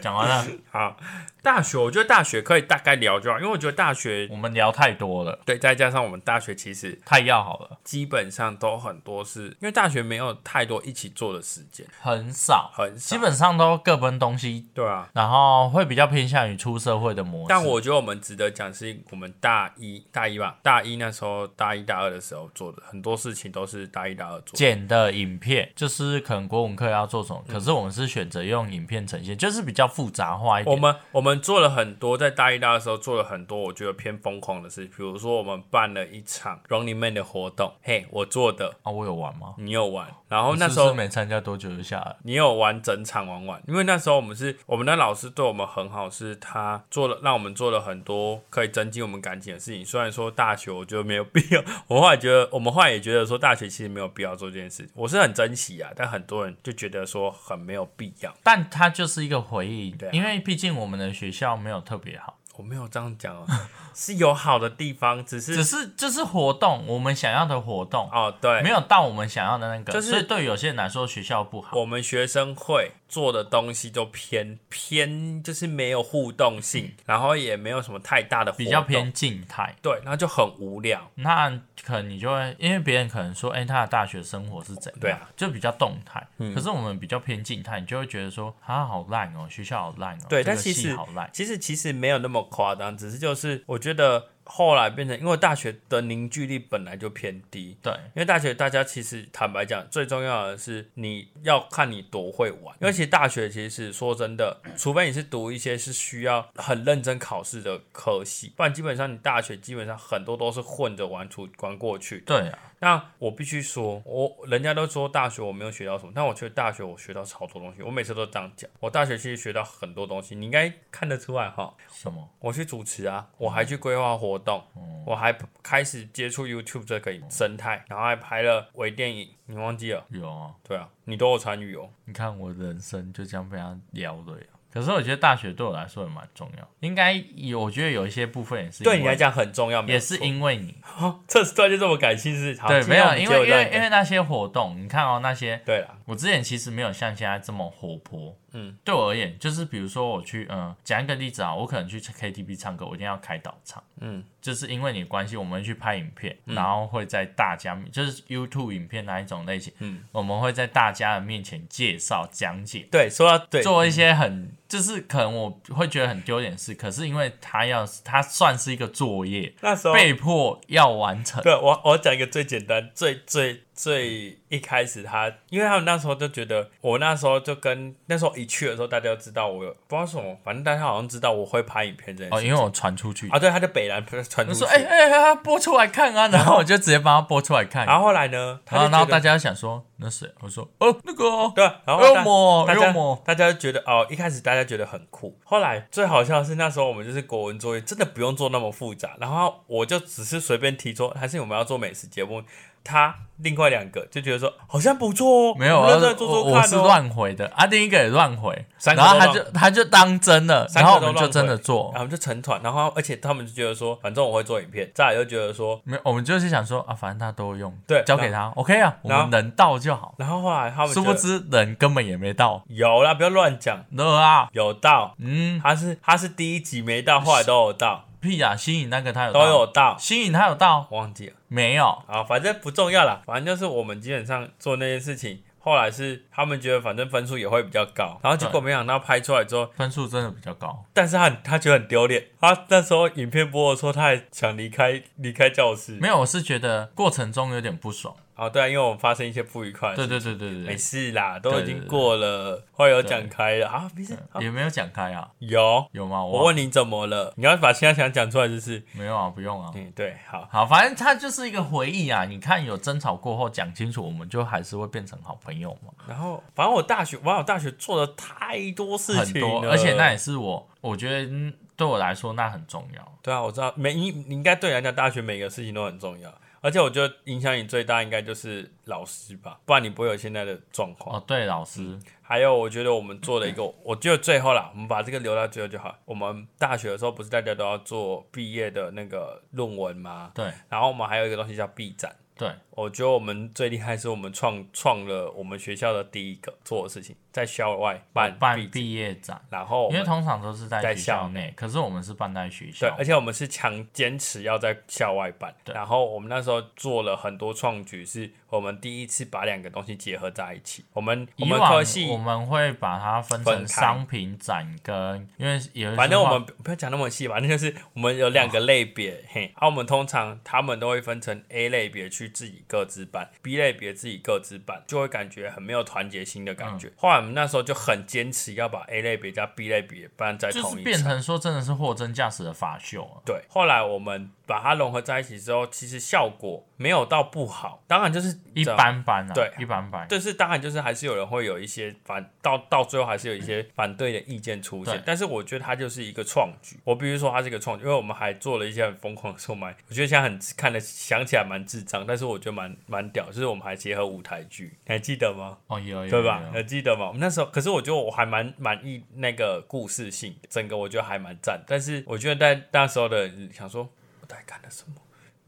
Speaker 1: 讲完了，
Speaker 2: 好。大学，我觉得大学可以大概聊就好，因为我觉得大学
Speaker 1: 我们聊太多了，
Speaker 2: 对，再加上我们大学其实
Speaker 1: 太要好了，
Speaker 2: 基本上都很多是因为大学没有太多一起做的时间，
Speaker 1: 很少，
Speaker 2: 很少
Speaker 1: 基本上都各奔东西，
Speaker 2: 对啊，
Speaker 1: 然后会比较偏向于出社会的模式。
Speaker 2: 但我觉得我们值得讲是，我们大一大一吧，大一那时候，大一大二的时候做的很多事情都是大一大二做的。
Speaker 1: 剪的影片就是可能国文课要做什么，
Speaker 2: 嗯
Speaker 1: 可是我们是选择用影片呈现，就是比较复杂化一点。
Speaker 2: 我们我们做了很多，在大一、大二的时候做了很多，我觉得偏疯狂的事，比如说我们办了一场 Running Man 的活动，嘿，我做的，
Speaker 1: 啊，我有玩吗？
Speaker 2: 你有玩，然后
Speaker 1: 我
Speaker 2: 那时候
Speaker 1: 是不是没参加多久就下来了，
Speaker 2: 你有玩整场玩完，因为那时候我们是我们的老师对我们很好，是他做了让我们做了很多可以增进我们感情的事情。虽然说大学我觉得没有必要， 我后来觉得我们后来也觉得说大学其实没有必要做这件事，我是很珍惜啊，但很多人就觉得说很没有必要。
Speaker 1: 但它就是一个回忆，
Speaker 2: 对啊
Speaker 1: 因为毕竟我们的学校没有特别好，
Speaker 2: 我没有这样讲哦， 是有好的地方，只
Speaker 1: 只
Speaker 2: 是
Speaker 1: 是就是活动，我们想要的活动、
Speaker 2: 嗯哦对，
Speaker 1: 没有到我们想要的那个，
Speaker 2: 就是
Speaker 1: 所以对有些人来说学校不好。
Speaker 2: 我们学生会做的东西都偏偏就是没有互动性，然后也没有什么太大的活
Speaker 1: 嗯
Speaker 2: 动
Speaker 1: 比较偏静态，
Speaker 2: 对，然后就很无聊。
Speaker 1: 那可能你就会，因为别人可能说，哎、他的大学生活是怎样，
Speaker 2: 对啊嗯
Speaker 1: 就比较动态。可是我们比较偏静态，你就会觉得说，啊，好烂哦，学校好烂哦，
Speaker 2: 对，
Speaker 1: 这
Speaker 2: 但
Speaker 1: 个
Speaker 2: 其
Speaker 1: 系
Speaker 2: 实
Speaker 1: 好烂。
Speaker 2: 其实其实没有那么夸张，只是就是我觉得后来变成，因为大学的凝聚力本来就偏低，
Speaker 1: 对，
Speaker 2: 因为大学大家其实坦白讲，最重要的是你要看你多会玩。因为其实大学其实是说真的，除非你是读一些是需要很认真考试的科系，不然基本上你大学基本上很多都是混着玩出玩过去的。
Speaker 1: 对啊，
Speaker 2: 那我必须说，我人家都说大学我没有学到什么，但我觉得大学我学到超多东西。我每次都这样讲，我大学其实学到很多东西，你应该看得出来哈。
Speaker 1: 什么？
Speaker 2: 我去主持啊，我还去规划活动，
Speaker 1: 嗯
Speaker 2: 我还开始接触 YouTube 这个生态，然后还拍了微电影，你忘记了？
Speaker 1: 有啊，
Speaker 2: 对啊，你都有参与哦。
Speaker 1: 你看我人生就这样被他撩的呀。可是我觉得大学对我来说也蛮重要，应该有，我觉得有一些部分也是因为
Speaker 2: 对你来讲很重要，没有
Speaker 1: 也是
Speaker 2: 错
Speaker 1: 因为你
Speaker 2: 哦这突然就这么感性是？好
Speaker 1: 对，
Speaker 2: 今
Speaker 1: 没
Speaker 2: 天我
Speaker 1: 有
Speaker 2: 们
Speaker 1: 因
Speaker 2: 结
Speaker 1: 为
Speaker 2: 尾
Speaker 1: 因
Speaker 2: 段
Speaker 1: 为因为那些活动，你看哦那些
Speaker 2: 对啦，
Speaker 1: 我之前其实没有像现在这么活泼，
Speaker 2: 嗯，
Speaker 1: 对我而言，就是比如说我去，嗯、讲一个例子啊，我可能去 KTV 唱歌，我一定要开导唱，
Speaker 2: 嗯，
Speaker 1: 就是因为你的关系，我们会去拍影片，然后会在大家面，就是 YouTube 影片那一种类型，
Speaker 2: 嗯，
Speaker 1: 我们会在大家的面前介绍讲解，
Speaker 2: 对，说到对，
Speaker 1: 做一些很，就是可能我会觉得很丢脸的事，可是因为他要，他算是一个作业，
Speaker 2: 那时候
Speaker 1: 被迫要完成，
Speaker 2: 对我，我讲一个最简单、最最最一开始他，因为他们那时候就觉得，我那时候就跟那时候一去的时候，大家都知道我有不知道什么，反正大家好像知道我会拍影片这件事、
Speaker 1: 哦，因为我传出去。
Speaker 2: 啊，对，他就北南传出
Speaker 1: 我
Speaker 2: 去，
Speaker 1: 说：“哎哎哎，播出来看 啊！”然后我就直接帮他播出来看，
Speaker 2: 然后后来呢，
Speaker 1: 然
Speaker 2: 他
Speaker 1: 后
Speaker 2: 就
Speaker 1: 然
Speaker 2: 觉
Speaker 1: 后
Speaker 2: 得
Speaker 1: 大家想说那谁？我说哦那个哦，
Speaker 2: 对，啊然后
Speaker 1: 幽
Speaker 2: 大
Speaker 1: 默
Speaker 2: 大家
Speaker 1: 幽默
Speaker 2: 大家就觉得哦，一开始大家觉得很酷，后来最好笑的是那时候我们就是国文作业，真的不用做那么复杂，然后我就只是随便提出，还是我们要做美食节目。他另外两个就觉得说好像不错哦，
Speaker 1: 没有，
Speaker 2: 我
Speaker 1: 我
Speaker 2: 们认真做做
Speaker 1: 我
Speaker 2: 看哦。
Speaker 1: 我是乱回的，啊，另一个也乱回，
Speaker 2: 三个
Speaker 1: 然
Speaker 2: 都
Speaker 1: 后
Speaker 2: 乱
Speaker 1: 他就他就当真了，
Speaker 2: 三
Speaker 1: 然
Speaker 2: 个
Speaker 1: 后
Speaker 2: 都
Speaker 1: 我们就真的做
Speaker 2: 然，后就成团，然后而且他们就觉得说，反正我会做影片，再来就觉得说，
Speaker 1: 没有，我们就是想说啊，反正他都会用，
Speaker 2: 对
Speaker 1: 交给他，OK 啊，我
Speaker 2: 然后
Speaker 1: 们能到就好。
Speaker 2: 然后后来他们
Speaker 1: 殊
Speaker 2: 觉
Speaker 1: 不
Speaker 2: 得
Speaker 1: 知人根本也没到，
Speaker 2: 有啦，不要乱讲，
Speaker 1: 那啊，
Speaker 2: 有到，
Speaker 1: 嗯，
Speaker 2: 他是他是第一集没到，后来都有到，
Speaker 1: 屁啊，新颖那个他有
Speaker 2: 都有
Speaker 1: 到，
Speaker 2: 到，
Speaker 1: 新颖他有到
Speaker 2: 忘记了
Speaker 1: 没有？
Speaker 2: 啊，反正不重要啦，反正就是我们基本上做那件事情，后来是他们觉得反正分数也会比较高，然后结果没想到拍出来之后，
Speaker 1: 分数真的比较高，
Speaker 2: 但是他很他觉得很丢脸，他那时候影片播的时候，他还想离开离开教室
Speaker 1: 没，有，我是觉得过程中有点不爽，
Speaker 2: 啊，对啊，因为我们发生一些不愉快的事
Speaker 1: 对对对对
Speaker 2: 没
Speaker 1: 对
Speaker 2: 事啦，都已经
Speaker 1: 对
Speaker 2: 过了，会有讲开了啊，没事。啊
Speaker 1: 对，也没有讲开啊，
Speaker 2: 有，
Speaker 1: 有吗？
Speaker 2: 我
Speaker 1: 我
Speaker 2: 问你怎么了？你要把现在想讲出来就是，
Speaker 1: 没有啊，不用啊，
Speaker 2: 嗯，对，好，
Speaker 1: 好，反正它就是一个回忆啊。你看，有争吵过后讲清楚，我们就还是会变成好朋友嘛。
Speaker 2: 然后反正我大学，哇，我大学做了太多事
Speaker 1: 很
Speaker 2: 情
Speaker 1: 多，
Speaker 2: 了
Speaker 1: 而且那也是我，我觉得嗯对我来说那很重要。
Speaker 2: 对啊，我知道，每你你应该对人家大学每个事情都很重要，而且我觉得影响你最大应该就是老师吧，不然你不会有现在的状况。
Speaker 1: 哦，对，老师，
Speaker 2: 还有，我觉得我们做了一个，我觉得最后啦，我们把这个留到最后就好。我们大学的时候不是大家都要做毕业的那个论文吗？
Speaker 1: 对
Speaker 2: 然后我们还有一个东西叫 B 展。
Speaker 1: 对，
Speaker 2: 我觉得我们最厉害是我们创创了我们学校的第一个做的事情，在校外办
Speaker 1: 哦办
Speaker 2: 毕
Speaker 1: 毕业展，
Speaker 2: 然后我
Speaker 1: 因为
Speaker 2: 们
Speaker 1: 通常都是在
Speaker 2: 在
Speaker 1: 学校
Speaker 2: 校
Speaker 1: 内，可是我们是办在学
Speaker 2: 对，
Speaker 1: 校
Speaker 2: 而。且我们是强坚持要在校外办。
Speaker 1: 对
Speaker 2: 然后我们那时候做了很多创举，是我们第一次把两个东西结合在一起。我们我
Speaker 1: 以
Speaker 2: 们
Speaker 1: 往
Speaker 2: 科系，
Speaker 1: 我们会把它分
Speaker 2: 分
Speaker 1: 成
Speaker 2: 开
Speaker 1: 商品展跟，因为有一些
Speaker 2: 反正我
Speaker 1: 话
Speaker 2: 们不不要讲那么细，反正就是我们有两个类别，嘿，啊，我们通常他们都会分成 A 类别去自己各自办，B 类别自己各自办，就会感觉很没有团结心的感
Speaker 1: 嗯
Speaker 2: 觉。后来我们那时候就很坚持要把 A 类别加 B 类别办在
Speaker 1: 就是
Speaker 2: 同一
Speaker 1: 变
Speaker 2: 场。
Speaker 1: 成说真的是货真价实的法秀啊。
Speaker 2: 对，后来我们把它融合在一起之后，其实效果没有到不好，当然就是
Speaker 1: 一。般般啊，
Speaker 2: 对
Speaker 1: 一般般。
Speaker 2: 就是当然就是还是有人会有一些反到到最后还是有一些反对的意见出
Speaker 1: 对
Speaker 2: 现，但是我觉得它就是一个创举。我必须说它是一个创举，因为我们还做了一些很疯狂的售卖，我觉得现在很看的想起来蛮智障，但是我觉得蛮蛮屌，就是我们还结合舞台剧，你还记得吗？
Speaker 1: 哦，有有有
Speaker 2: 对吧？
Speaker 1: 有
Speaker 2: 还记得吗？我们那时候，可是我觉得我还蛮满意那个故事性，整个我觉得还蛮赞。但是我觉得在那时候的人想说，我在看的什么？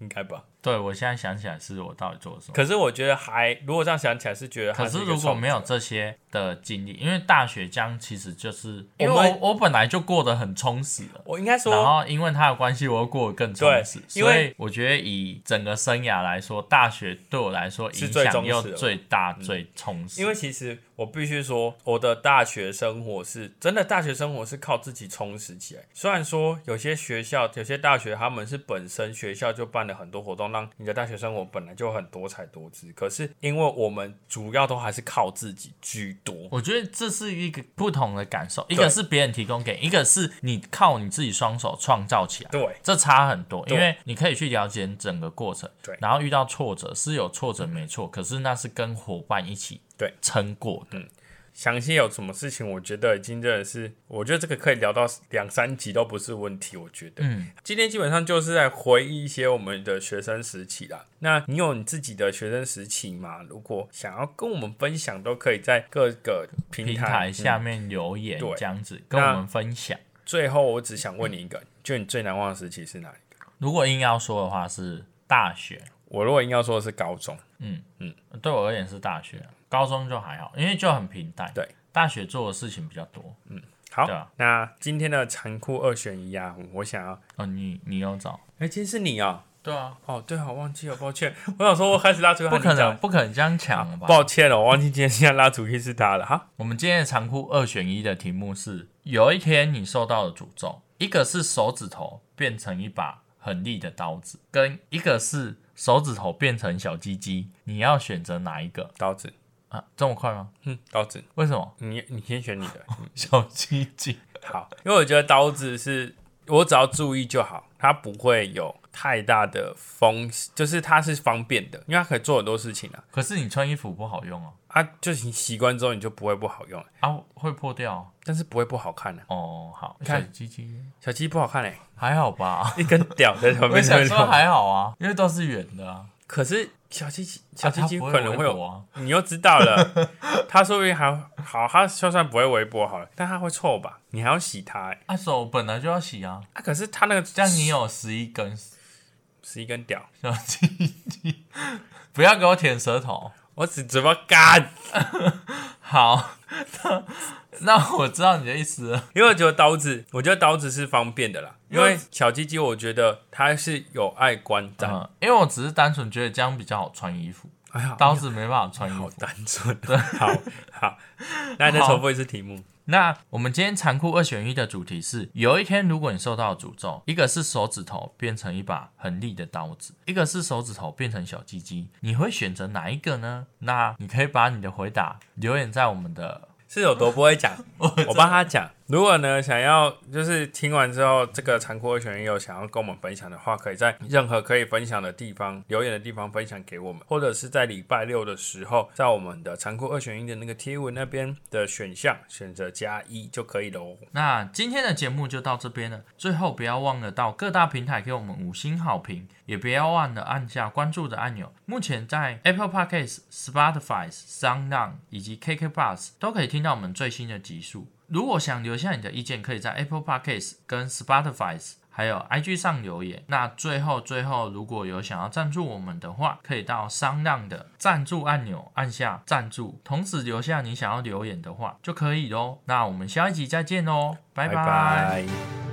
Speaker 2: 应该吧？
Speaker 1: 对我现在想起来是我到底做了什么。
Speaker 2: 可是我觉得还，如果这样想起来是觉得他
Speaker 1: 可
Speaker 2: 是
Speaker 1: 是
Speaker 2: 一个
Speaker 1: 如果没有
Speaker 2: 创作，
Speaker 1: 这些的经历，因为大学江其实就是因为
Speaker 2: 我们
Speaker 1: 我我本来就过得很充实了，
Speaker 2: 我应该
Speaker 1: 然
Speaker 2: 说
Speaker 1: 后因为他的关系，我又过得更充实
Speaker 2: 对。因
Speaker 1: 所
Speaker 2: 为
Speaker 1: 以我觉得以整个生涯来说，大学对我来说
Speaker 2: 是
Speaker 1: 影
Speaker 2: 最
Speaker 1: 响又
Speaker 2: 充实的嗯
Speaker 1: 最大、最充实。
Speaker 2: 因为其实我必须说，我的大学生活是真的，大学生活是靠自己充实起来。虽然说有些学校、有些大学他们是本身学校就办了很多活动，让你的大学生活本来就很多彩多姿。可是因为我们主要都还是靠自己居多，
Speaker 1: 我觉得这是一个不同的感受，一个是别人提供给你，一个是你靠你自己双手创造起来。
Speaker 2: 对，
Speaker 1: 这差很多，
Speaker 2: 对
Speaker 1: 因为你可以去了解整个过程，
Speaker 2: 对
Speaker 1: 然后遇到挫折是有挫折没错，可是那是跟伙伴一起
Speaker 2: 对
Speaker 1: 撑过的，
Speaker 2: 详细有什么事情，我觉得已经真的是，我觉得这个可以聊到两三集都不是问题。我觉得，
Speaker 1: 嗯，
Speaker 2: 今天基本上就是在回忆一些我们的学生时期啦。那你有你自己的学生时期吗？如果想要跟我们分享，都可以在各个平台
Speaker 1: 平台下
Speaker 2: 嗯
Speaker 1: 面留言
Speaker 2: 对
Speaker 1: 这样子跟我们分享。
Speaker 2: 最后，我只想问你一个，就你最难忘的时期是哪里？
Speaker 1: 如果硬要说的话是大学，
Speaker 2: 我如果硬要说的是高中，
Speaker 1: 对我而言是大学，高中就还好，因为就很平淡。
Speaker 2: 对，
Speaker 1: 大学做的事情比较多。
Speaker 2: 好，
Speaker 1: 对啊
Speaker 2: 那今天的残酷二选一啊，我想要，
Speaker 1: 哦，你你有找？
Speaker 2: 哎、今天是你啊、
Speaker 1: 对啊，
Speaker 2: 哦，对啊，忘记了，抱歉，我想说我开始拉出
Speaker 1: 不可能，不可能这样抢了吧？
Speaker 2: 抱歉了，我忘记今天现在拉主题是他了哈。
Speaker 1: 我们今天的残酷二选一的题目是：有一天你受到了诅咒，一个是手指头变成一把很利的刀子，跟一个是手指头变成小鸡鸡，你要选择哪一个
Speaker 2: 刀子，
Speaker 1: 啊？这么快吗？
Speaker 2: 嗯，刀子，
Speaker 1: 为什么
Speaker 2: 你你先选你的，
Speaker 1: 小鸡鸡？
Speaker 2: 好，因为我觉得刀子是我只要注意就好，它不会有太大的风，就是它是方便的，因为它可以做很多事情啊。
Speaker 1: 可是你穿衣服不好用哦，
Speaker 2: 啊，就是你习惯之后，你就不会不好用了，
Speaker 1: 啊，会破掉哦
Speaker 2: 但是不会不好看了、啊。
Speaker 1: 哦。好，
Speaker 2: 看
Speaker 1: 小鸡鸡
Speaker 2: 小鸡不好看嘞、欸
Speaker 1: 还好 吧？
Speaker 2: 一根屌在上
Speaker 1: 我
Speaker 2: 面。
Speaker 1: 想说还好啊，因为都是圆的啊，
Speaker 2: 可是小鸡鸡小
Speaker 1: 啊
Speaker 2: 鸡
Speaker 1: 它
Speaker 2: 鸡
Speaker 1: 不
Speaker 2: 可能会
Speaker 1: 微
Speaker 2: 有，
Speaker 1: 薄啊。
Speaker 2: 你又知道了， 它说不定还好，它就算不会微波好了，但它会臭吧？你还要洗它、欸，
Speaker 1: 啊，手本来就要洗啊，
Speaker 2: 啊，可是它那个
Speaker 1: 这样你有十一根
Speaker 2: 是一根屌，
Speaker 1: 小鸡鸡， 不要给我舔舌头。
Speaker 2: 我只怎么干？
Speaker 1: 好，那那我知道你的意思了。
Speaker 2: 因为我觉得刀子，我觉得刀子是方便的啦。因
Speaker 1: 因为
Speaker 2: 为小鸡鸡，我觉得它是有碍观瞻，
Speaker 1: 嗯，因为我只是单纯觉得这样比较好穿衣服，
Speaker 2: 哎呀，
Speaker 1: 刀子没办法穿衣
Speaker 2: 好
Speaker 1: 服。
Speaker 2: 单纯。啊好好，那你再重复一次题目。
Speaker 1: 那我们今天残酷二选一的主题是：有一天，如果你受到诅咒，一个是手指头变成一把很利的刀子，一个是手指头变成小鸡鸡，你会选择哪一个呢？那你可以把你的回答留言在我们的
Speaker 2: 是有多不 会讲，我帮他讲。如果呢，想要就是听完之后，这个残酷二选一有想要跟我们分享的话，可以在任何可以分享的地方、留言的地方分享给我们，或者是在礼拜六的时候，在我们的残酷二选一的那个贴文那边的选项选择加一就可以了哦。
Speaker 1: 那今天的节目就到这边了。最后，不要忘了到各大平台给我们五星好评，也不要忘了按下关注的按钮。目前在 Apple Podcasts、Spotify、SoundOn 以及KK Bus 都可以听到我们最新的集数。如果想留下你的意见，可以在 Apple Podcasts 跟 Spotify 还有 IG 上留言。那最后最后，如果有想要赞助我们的话，可以到商量的赞助按钮按下赞助，同时留下你想要留言的话就可以喽。那我们下一集再见喽，拜拜。
Speaker 2: 拜拜